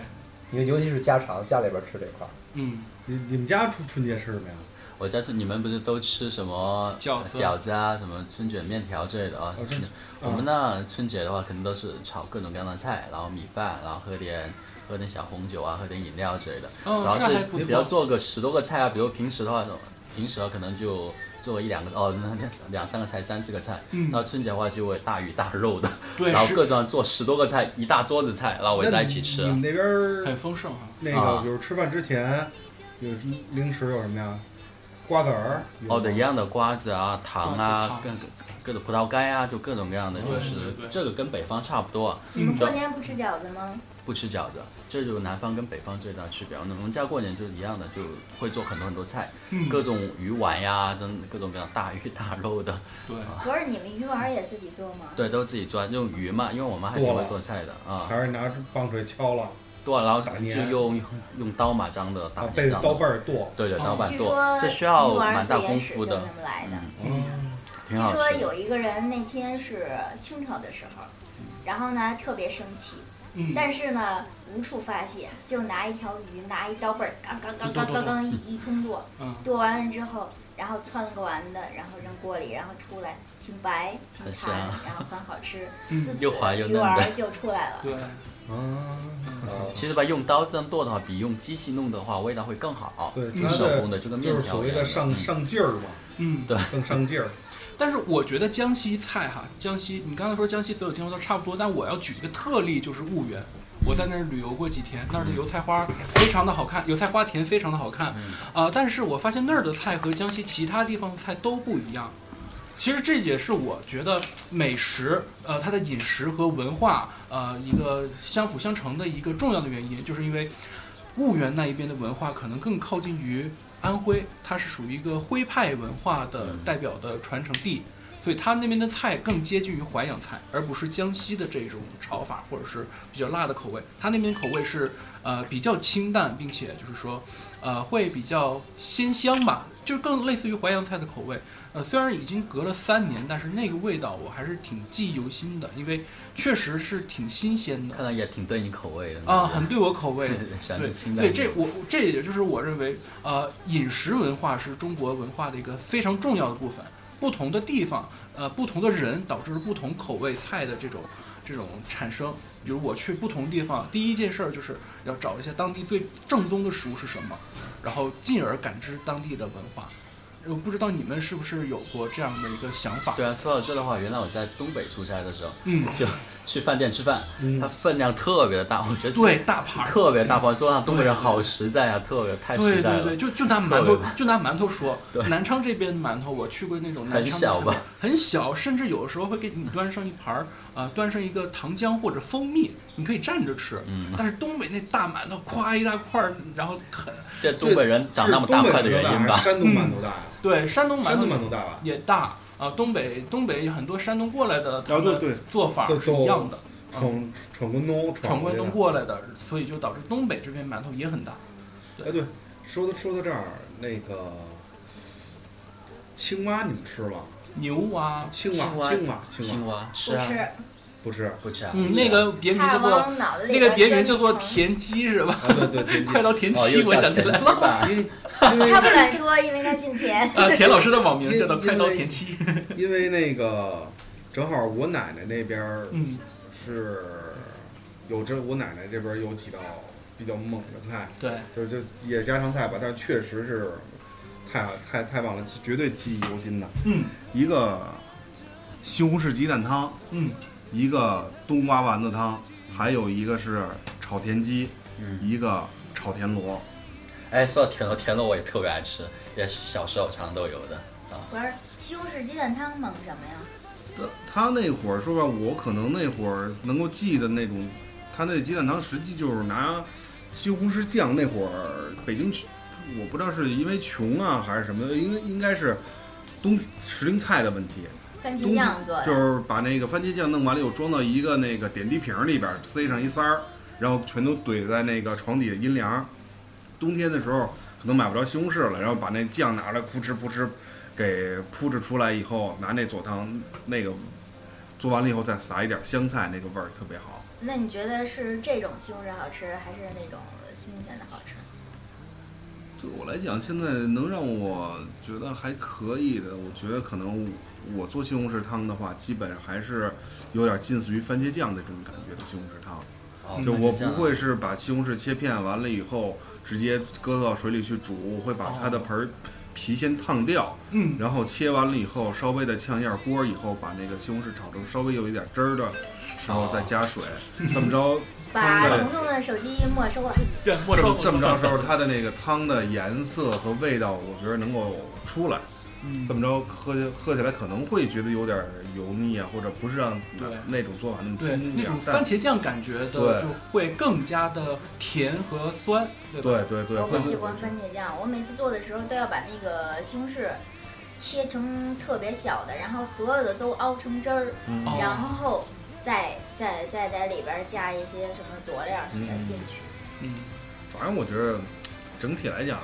Speaker 2: 因为尤其是家常家里边吃这块儿，
Speaker 3: 嗯，
Speaker 5: 你你们家春春节吃什么呀？
Speaker 6: 我家你们不是都吃什么
Speaker 3: 饺子嗯
Speaker 6: 饺子啊，什么春卷、面条之类的啊？
Speaker 5: 哦真的
Speaker 6: 我们那春节的话，可能都是炒各种各样的菜，然后米饭，然后喝点喝点小红酒啊，喝点饮料之类的。
Speaker 3: 哦
Speaker 6: 主要
Speaker 3: 这还
Speaker 6: 是
Speaker 3: 不错
Speaker 6: 比较做个十多个菜啊，比如平时的话，平时的话可能就做个一两个哦，那两两三个菜，三四个菜。
Speaker 3: 嗯
Speaker 6: 到春节的话就会大鱼大肉的，
Speaker 3: 对
Speaker 6: 然后
Speaker 3: 是
Speaker 6: 各种做十多个菜，一大桌子菜，然后围在一起吃
Speaker 5: 那。你你们那边
Speaker 3: 很
Speaker 5: 儿
Speaker 3: 丰盛啊。
Speaker 5: 那
Speaker 6: 啊
Speaker 5: 个，比如吃饭之前有零食有什么呀？瓜子儿。有
Speaker 6: 哦，对，一样的瓜子啊、糖啊
Speaker 3: 瓜、
Speaker 6: 各
Speaker 3: 子糖
Speaker 6: 各种葡萄干啊，就各种各样的，
Speaker 3: 对
Speaker 6: 就是
Speaker 3: 对
Speaker 6: 这个跟北方差不多啊。
Speaker 4: 你们
Speaker 6: 就
Speaker 2: 嗯
Speaker 4: 过年不吃饺子吗？
Speaker 6: 不吃饺子，这就是南方跟北方最大的区别。我们家过年就是一样的，就会做很多很多菜，
Speaker 3: 嗯，
Speaker 6: 各种鱼丸呀，真各种各样大鱼大肉的， <laughs>
Speaker 3: 对，
Speaker 6: 啊
Speaker 4: 不是，你们鱼丸儿也自己做吗？
Speaker 6: 对，都自己做，用鱼嘛，因为我妈还挺会做菜的啊，
Speaker 5: 还是拿棒槌敲了，
Speaker 6: 剁了，然后
Speaker 5: 打
Speaker 6: 就
Speaker 5: 年
Speaker 6: 用用刀马章的打
Speaker 5: 啊，
Speaker 6: 年
Speaker 5: 被
Speaker 6: 仗
Speaker 5: 刀背儿剁。
Speaker 6: 对对，
Speaker 3: 哦
Speaker 6: 刀板
Speaker 4: 据
Speaker 6: 剁
Speaker 4: 说，
Speaker 6: 这需要
Speaker 4: 鱼丸儿
Speaker 6: 蛮大
Speaker 4: 最
Speaker 6: 功
Speaker 4: 原始
Speaker 6: 夫
Speaker 4: 就是
Speaker 6: 的
Speaker 4: 那，么来的。
Speaker 6: 嗯，
Speaker 3: 嗯，
Speaker 6: 挺
Speaker 4: 据
Speaker 6: 好
Speaker 4: 说
Speaker 6: 吃
Speaker 4: 有
Speaker 6: 的。
Speaker 4: 一个人那天是清朝的时候，然后呢特别生气，
Speaker 3: 嗯，
Speaker 4: 但是呢无处发泄，就拿一条鱼，拿一刀背儿，刚刚刚
Speaker 3: 剁
Speaker 4: 刚
Speaker 3: 剁
Speaker 4: 刚
Speaker 3: 剁
Speaker 4: 刚一一通剁，
Speaker 3: 嗯，
Speaker 4: 剁完了之后，然后汆了个丸子，然后扔锅里，然后出来挺白挺
Speaker 6: 很
Speaker 4: 弹
Speaker 6: 香，
Speaker 4: 然后很好
Speaker 6: <laughs>
Speaker 4: 吃，
Speaker 3: 嗯
Speaker 4: 自
Speaker 6: 又滑
Speaker 4: 此
Speaker 6: 又
Speaker 4: 鱼
Speaker 6: 嫩
Speaker 4: 丸
Speaker 6: 的
Speaker 4: 儿就出来了。
Speaker 3: 对，
Speaker 5: 啊，
Speaker 6: 其实吧，用刀这样剁的话，比用机器弄的话，味道会更好。
Speaker 5: 对，
Speaker 3: 嗯
Speaker 5: 它
Speaker 6: 手
Speaker 5: 的
Speaker 6: 工的就跟面
Speaker 5: 就是
Speaker 6: 条
Speaker 5: 所谓
Speaker 6: 一
Speaker 5: 的
Speaker 6: 样的
Speaker 5: 上
Speaker 6: 嗯
Speaker 5: 上劲儿嘛，
Speaker 3: 嗯，
Speaker 5: 更上劲儿。
Speaker 3: 但是我觉得江西菜哈，江西，你刚才说江西所有地方都差不多，但我要举一个特例，就是婺源。我在那儿旅游过几天，那儿的油菜花非常的好看，油菜花田呃非常的好看，啊、但是我发现那儿的菜和江西其他地方的菜都不一样。其实这也是我觉得美食，呃，它的饮食和文化，呃，一个相辅相成的一个重要的原因，就是因为婺源那一边的文化可能更靠近于安徽，它是属于一个徽派文化的代表的传承地，所以它那边的菜更接近于淮扬菜，而不是江西的这种炒法或者是比较辣的口味。它那边口味是呃比较清淡，并且就是说呃会比较鲜香吧，就是更类似于淮扬菜的口味。呃，虽然已经隔了三年，但是那个味道我还是挺记忆犹新的，因为确实是挺新鲜的
Speaker 6: 看来也挺对你口味的
Speaker 3: 啊、很对我口味。
Speaker 6: <laughs> 喜欢
Speaker 3: 对
Speaker 6: 吃清淡
Speaker 3: 对，
Speaker 6: 一点。
Speaker 3: 这我这也就是我认为，呃，饮食文化是中国文化的一个非常重要的部分。不同的地方，呃，不同的人导致不同口味菜的这种这种产生。比如我去不同地方，第一件事儿就是要找一下当地最正宗的食物是什么，然后进而感知当地的文化。我不知道你们是不是有过这样的一个想法？
Speaker 6: 对啊，说到这的话，原来我在东北出差的时候，
Speaker 3: 嗯，
Speaker 6: 就去饭店吃饭，
Speaker 5: 嗯
Speaker 6: 它分量特别的大，我觉得
Speaker 3: 对，大盘儿，
Speaker 6: 特别大方，说啊，东北人好实在啊，特别太
Speaker 3: 对
Speaker 6: 实在
Speaker 3: 对
Speaker 6: 了。
Speaker 3: 对，就就拿
Speaker 6: 特
Speaker 3: 馒
Speaker 6: 别
Speaker 3: 头
Speaker 6: 棒，
Speaker 3: 就拿馒头说
Speaker 6: 对，
Speaker 3: 南昌这边馒头，我去过那种南昌的
Speaker 6: 小
Speaker 3: 饭
Speaker 6: 吧
Speaker 3: 店，很小，甚至有的时候会给你端上一盘儿，呃，端上一个糖浆或者蜂蜜，你可以蘸着吃。
Speaker 6: 嗯
Speaker 3: 但是东北那大馒头，咵一大块儿，然后啃。
Speaker 6: 这东北人长那么
Speaker 5: 是东北
Speaker 6: 块的原因
Speaker 5: 馒头大还
Speaker 6: 吧
Speaker 5: 是？山东馒头大呀，
Speaker 3: 对，山东
Speaker 5: 山
Speaker 3: 馒
Speaker 5: 东馒
Speaker 3: 头
Speaker 5: 头大吧？
Speaker 3: 也大啊、东北东北很多山东过来的，他
Speaker 5: 啊对
Speaker 3: 们
Speaker 5: 对
Speaker 3: 做法
Speaker 5: 就是
Speaker 3: 一样的，
Speaker 5: 闯嗯闯关东，
Speaker 3: 闯关
Speaker 5: 过
Speaker 3: 东
Speaker 5: 去
Speaker 3: 过来的，所以就导致东北这边馒头也很大。
Speaker 5: 哎，对，说到说到这儿，那个青蛙你们吃吗？
Speaker 3: 牛啊，
Speaker 5: 青
Speaker 6: 青蛙
Speaker 5: 蛙，青蛙，青
Speaker 6: 青
Speaker 5: 蛙
Speaker 6: 蛙吃
Speaker 4: 不
Speaker 6: 啊，
Speaker 4: 吃，
Speaker 5: 不吃。啊，
Speaker 6: 不吃啊？
Speaker 3: 嗯，
Speaker 6: 不吃啊
Speaker 3: 那个别名
Speaker 4: 怕
Speaker 3: 叫做
Speaker 4: 往脑子里
Speaker 3: 那个
Speaker 4: 边
Speaker 3: 别名
Speaker 4: 钻
Speaker 3: 叫做
Speaker 4: 虫
Speaker 3: 田鸡是吧？
Speaker 5: 对对 <laughs> 对，
Speaker 3: <laughs> 快到田
Speaker 6: 哦，
Speaker 3: 鸡，
Speaker 6: 又
Speaker 3: 我
Speaker 6: 叫
Speaker 3: 想起
Speaker 6: 田
Speaker 3: 来
Speaker 6: 鸡
Speaker 3: 了。
Speaker 6: 吧
Speaker 5: 因因为
Speaker 4: 他不敢说，因为他姓田。
Speaker 3: 呃，田老师的网名
Speaker 5: 因
Speaker 3: 叫做“快刀
Speaker 5: 因为
Speaker 3: 田七 <laughs>
Speaker 5: 因为那个正好我奶奶那边儿”。
Speaker 3: 嗯，
Speaker 5: 是有这我奶奶这边儿有几道比较猛的菜，
Speaker 3: 对，
Speaker 5: 就是就也家常菜吧，但是确实是太太太棒了，绝对记忆犹新的。
Speaker 3: 嗯
Speaker 5: 一个西红柿鸡蛋汤，
Speaker 3: 嗯，
Speaker 5: 一个冬瓜丸子汤，还有一个是炒田鸡，
Speaker 6: 嗯
Speaker 5: 一个炒田螺。
Speaker 6: 哎，说到田螺，田螺我也特别爱吃，也是小时候常都有的。
Speaker 4: 不是西红柿鸡蛋汤猛什么呀？
Speaker 5: 他那会儿说吧，我可能那会儿能够记得那种，他那鸡蛋汤实际就是拿西红柿酱。那会儿北京，我不知道是因为穷啊还是什么，应该应该是冬时令菜的问题，
Speaker 4: 番
Speaker 5: 冬
Speaker 4: 茄酱做
Speaker 5: 就
Speaker 4: 的，
Speaker 5: 是把那个番茄酱弄完了以后，装到一个那个点滴瓶里边，塞上一塞儿，然后全都怼在那个床底下阴凉。冬天的时候可能买不着西红柿了，然后把那酱拿来，扑哧扑哧给铺着出来以后，拿那佐汤那个做完了以后再撒一点香菜，那个味儿特别好。
Speaker 4: 那你觉得是这种西红柿好吃，还是那种新鲜的好吃？
Speaker 5: 对我来讲，现在能让我觉得还可以的，我觉得可能我做西红柿汤的话，基本上还是有点近似于番茄酱的这种感觉的西红柿汤。
Speaker 6: 哦
Speaker 5: 就
Speaker 6: 番
Speaker 5: 我
Speaker 6: 茄酱
Speaker 5: 不会是把西红柿切片完了以后直接搁到水里去煮，我会把
Speaker 3: 哦
Speaker 5: 它的盆儿皮先烫掉，
Speaker 3: 嗯，
Speaker 5: 然后切完了以后稍微的炝一下锅以后，把那个西红柿炒成稍微有一点汁儿的时候再加水，
Speaker 3: 哦
Speaker 5: <laughs> 这么
Speaker 3: <laughs>
Speaker 5: 着汤
Speaker 4: 把
Speaker 5: 的
Speaker 4: 彤彤的手机没收了，哎
Speaker 3: 对，我
Speaker 5: 这
Speaker 3: 说
Speaker 5: 么这么着时候它的那个汤的颜色和味道，我觉得能够出来。
Speaker 3: 嗯
Speaker 5: 这么着喝起喝起来可能会觉得有点油腻啊，或者不是让
Speaker 3: 对
Speaker 5: 那种做法那么
Speaker 3: 对
Speaker 5: 清
Speaker 3: 那
Speaker 5: 凉
Speaker 3: 种，番
Speaker 5: 但
Speaker 3: 茄酱感觉的
Speaker 5: 对
Speaker 3: 就会更加的甜和酸，对吧？
Speaker 5: 对对对，
Speaker 4: 我
Speaker 5: 会
Speaker 4: 不喜欢番茄酱，我每次做的时候都要把那个西红柿切成特别小的，然后所有的都熬成汁儿，
Speaker 3: 哦
Speaker 4: 然后再再再在里边儿加一些什么佐料什么的
Speaker 5: 嗯
Speaker 4: 进去。
Speaker 3: 嗯，
Speaker 5: 反正我觉得整体来讲，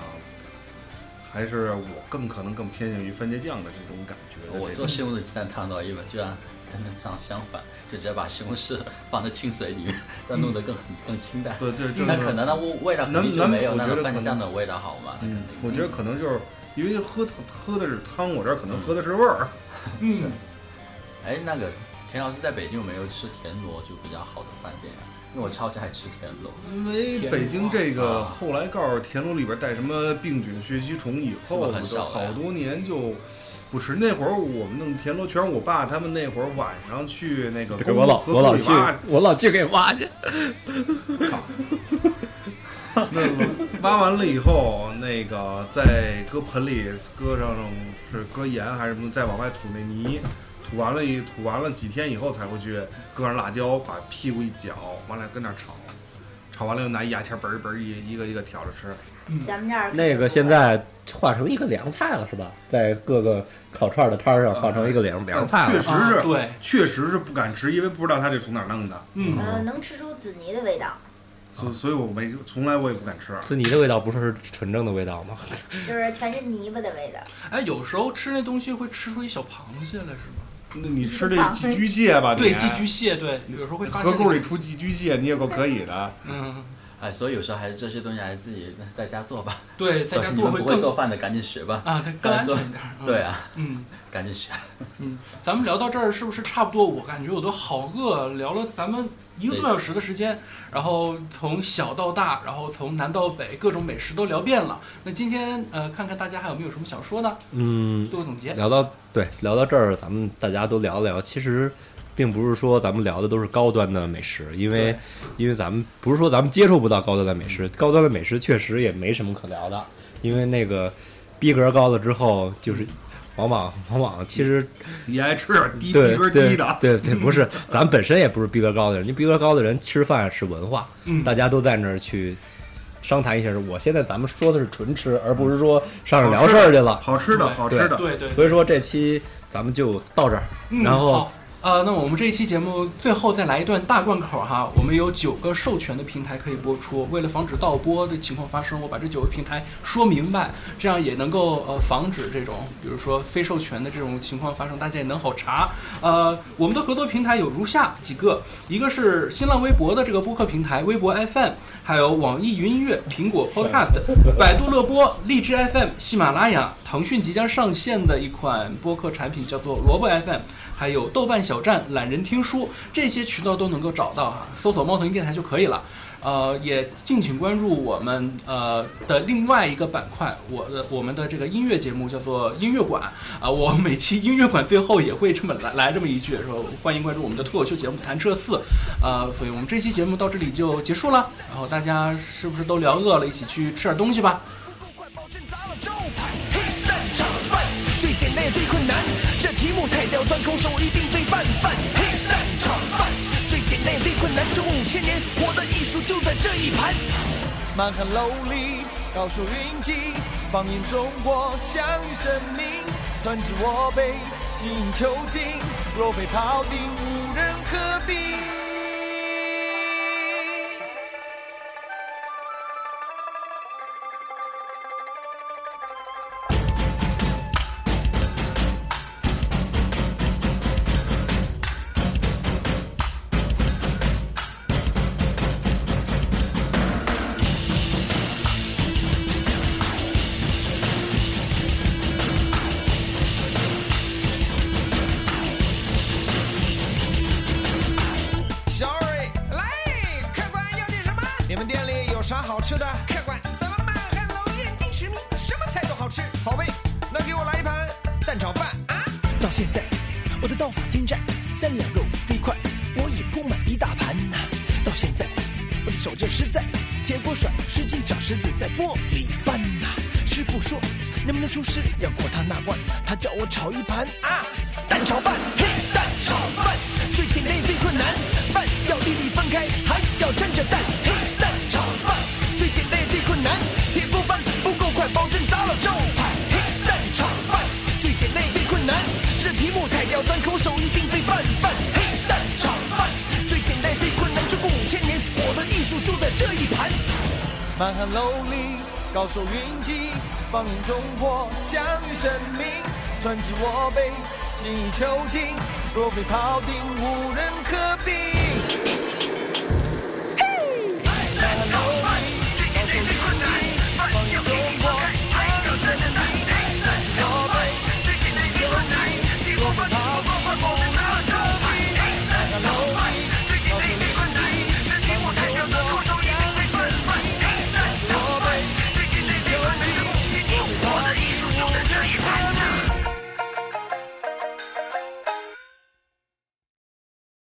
Speaker 5: 还是我更可能更偏向于番茄酱的这种感觉的这种。
Speaker 6: 我做西红柿鸡蛋汤的话，一本居然跟那上相反，就直接把西红柿 <laughs> 放在清水里面，再弄得更更清淡。
Speaker 5: 嗯对对，这
Speaker 6: 那
Speaker 5: 就是
Speaker 6: 可能那味味道肯
Speaker 5: 能
Speaker 6: 定就没有
Speaker 5: 能
Speaker 6: 那
Speaker 5: 我觉
Speaker 6: 个
Speaker 5: 得
Speaker 6: 番
Speaker 5: 可
Speaker 6: 茄酱
Speaker 5: 能
Speaker 6: 的味道好嘛。
Speaker 5: 嗯，
Speaker 6: 那
Speaker 5: 我
Speaker 6: 肯
Speaker 5: 觉
Speaker 6: 定
Speaker 5: 得可能就是因为喝喝的是汤，我这儿可能喝的是味儿。
Speaker 3: 嗯，
Speaker 6: 哎，那个田老师在北京有没有吃田螺就比较好的饭店呀、啊因为我超级爱吃田螺，
Speaker 5: 因为北京这
Speaker 6: 啊
Speaker 5: 个后来告诉田螺里边带什么病菌、血吸虫以后，
Speaker 6: 是不是很少呀
Speaker 5: 好多年就。不吃那会儿，我们弄田螺全是我爸他们那会儿晚上去那个
Speaker 2: 这个我老
Speaker 5: 公
Speaker 2: 我老
Speaker 5: 园河沟
Speaker 2: 去
Speaker 5: 里挖
Speaker 9: <laughs>
Speaker 2: 我老去给挖去，
Speaker 5: 那个
Speaker 9: 挖完了以后，那个在搁盆里搁上是搁盐还是什么，再往外吐那泥，吐完了以吐完了几天以后才会去搁上辣椒，把屁股一搅，完了跟那儿炒，炒完了又拿牙签儿嘣儿嘣儿一一个一个挑着吃。
Speaker 4: 咱们这儿
Speaker 2: 那个现在化成一个凉菜了，是吧？在各个烤串的摊儿上化成一个凉凉菜
Speaker 9: 确
Speaker 2: 了。
Speaker 9: 实
Speaker 3: 啊
Speaker 9: 是，
Speaker 3: 对，
Speaker 9: 确实是不敢吃，因为不知道它这从哪儿弄的，
Speaker 3: 嗯，
Speaker 4: 呃能吃出紫泥的味道，
Speaker 3: 啊
Speaker 9: 所所以我没从来我也不敢吃。
Speaker 2: 是你的味道不是纯正的味道吗？
Speaker 4: 就是全是泥巴的味道。
Speaker 3: 哎，有时候吃那东西会吃出一小螃蟹来，是吗？
Speaker 9: 那你吃这寄居蟹
Speaker 5: 啊
Speaker 9: 吧？
Speaker 3: 对，
Speaker 9: 你
Speaker 3: 寄居蟹，对，有时候会发现。
Speaker 9: 河沟里出寄居蟹，你也够可以的。
Speaker 3: 嗯，
Speaker 6: 哎，所以有时候还是这些东西还是自己在在家做吧。
Speaker 3: 对，在家
Speaker 6: 你
Speaker 3: 做
Speaker 6: 们
Speaker 3: 会
Speaker 6: 不会
Speaker 3: 更
Speaker 6: 做饭的，赶紧学吧。
Speaker 3: 啊，它更安全一点。嗯
Speaker 6: 对，啊，
Speaker 3: 嗯
Speaker 6: 赶紧学。
Speaker 3: 嗯，咱们聊到这儿是不是差不多？我感觉我都好饿，聊了咱们一个多小时的时间，然后从小到大，然后从南到北，各种美食都聊遍了。那今天呃，看看大家还有没有什么想说的，
Speaker 2: 嗯，
Speaker 3: 做个总结。
Speaker 2: 聊到对聊到这儿，咱们大家都聊聊。其实，并不是说咱们聊的都是高端的美食，因为因为咱们不是说咱们接触不到高端的美食，高端的美食确实也没什么可聊的，因为那个逼格高了之后，就是往往往往其实
Speaker 3: 嗯
Speaker 9: 你爱吃点低
Speaker 2: 对
Speaker 9: 逼格
Speaker 2: 对
Speaker 9: 低的，
Speaker 2: 对对，不是，咱们本身也不是逼格高的人，你逼格高的人吃饭是文化，
Speaker 3: 嗯
Speaker 2: 大家都在那儿去商谈一些事儿。我现在咱们说的是纯吃，而不是说上这儿聊事儿去了。
Speaker 9: 好吃的，
Speaker 3: 对
Speaker 9: 好吃的。
Speaker 3: 对对，
Speaker 2: 所以说这期咱们就到这儿，
Speaker 3: 嗯，
Speaker 2: 然后
Speaker 3: 好呃，那我们这一期节目最后再来一段大贯口哈，我们有九个授权的平台可以播出。为了防止盗播的情况发生，我把这九个平台说明白，这样也能够呃防止这种，比如说非授权的这种情况发生，大家也能好查。呃，我们的合作平台有如下几个，一个是新浪微博的这个播客平台，微博 FM，还有网易云音乐、苹果 Podcast、百度乐播、荔枝 FM、喜马拉雅、腾讯即将上线的一款播客产品叫做萝卜 FM。还有豆瓣小站、懒人听书这些渠道都能够找到哈，搜索“猫头鹰电台”就可以了。呃，也敬请关注我们呃的另外一个板块，我的我们的这个音乐节目叫做音乐馆啊、我每期音乐馆最后也会这么来来这么一句说，欢迎关注我们的脱口秀节目《弹彻四》，呃，所以我们这期节目到这里就结束了，然后大家是不是都聊饿了，一起去吃点东西吧。
Speaker 10: 快抱拳砸了招牌，黑蛋炒饭最简单也最困难，这题目太刁钻，空手一定最泛泛。黑蛋炒饭最简单也最困难，中五千年活的艺术就在这一盘。
Speaker 7: 满汉楼里高手云集，放眼中国，享誉盛名。专指我辈，精益求精，若被庖丁，无人可比。小蕊，来，客官要点什么？你们店里有啥好吃的？客官，咱们满汉楼燕京食迷，什么菜都好吃。好呗，那给我来一盘蛋炒饭啊！到现在，我的刀法精湛，三两肉飞快，我已铺满一大盘呐、到现在，我的手劲儿实在，铁锅甩，使劲小石子在锅里翻呐、师傅说，能不能出师要过他那关，他叫我炒一盘啊蛋炒饭，嘿，蛋炒饭最简单也最困难，饭要粒粒分开，还要沾着蛋，嘿，蛋炒饭最简单也最困难，铁锅翻不够快，保证砸了招牌，嘿，蛋炒饭最简单也最困难，这题目太刁钻，口手一定最泛泛，嘿，蛋炒饭最简单也最困难，这五千年我的艺术就在这一盘。满汉楼里高手云集，放眼中国，享誉盛名。传奇我辈，精益求精，若非庖丁，无人可比。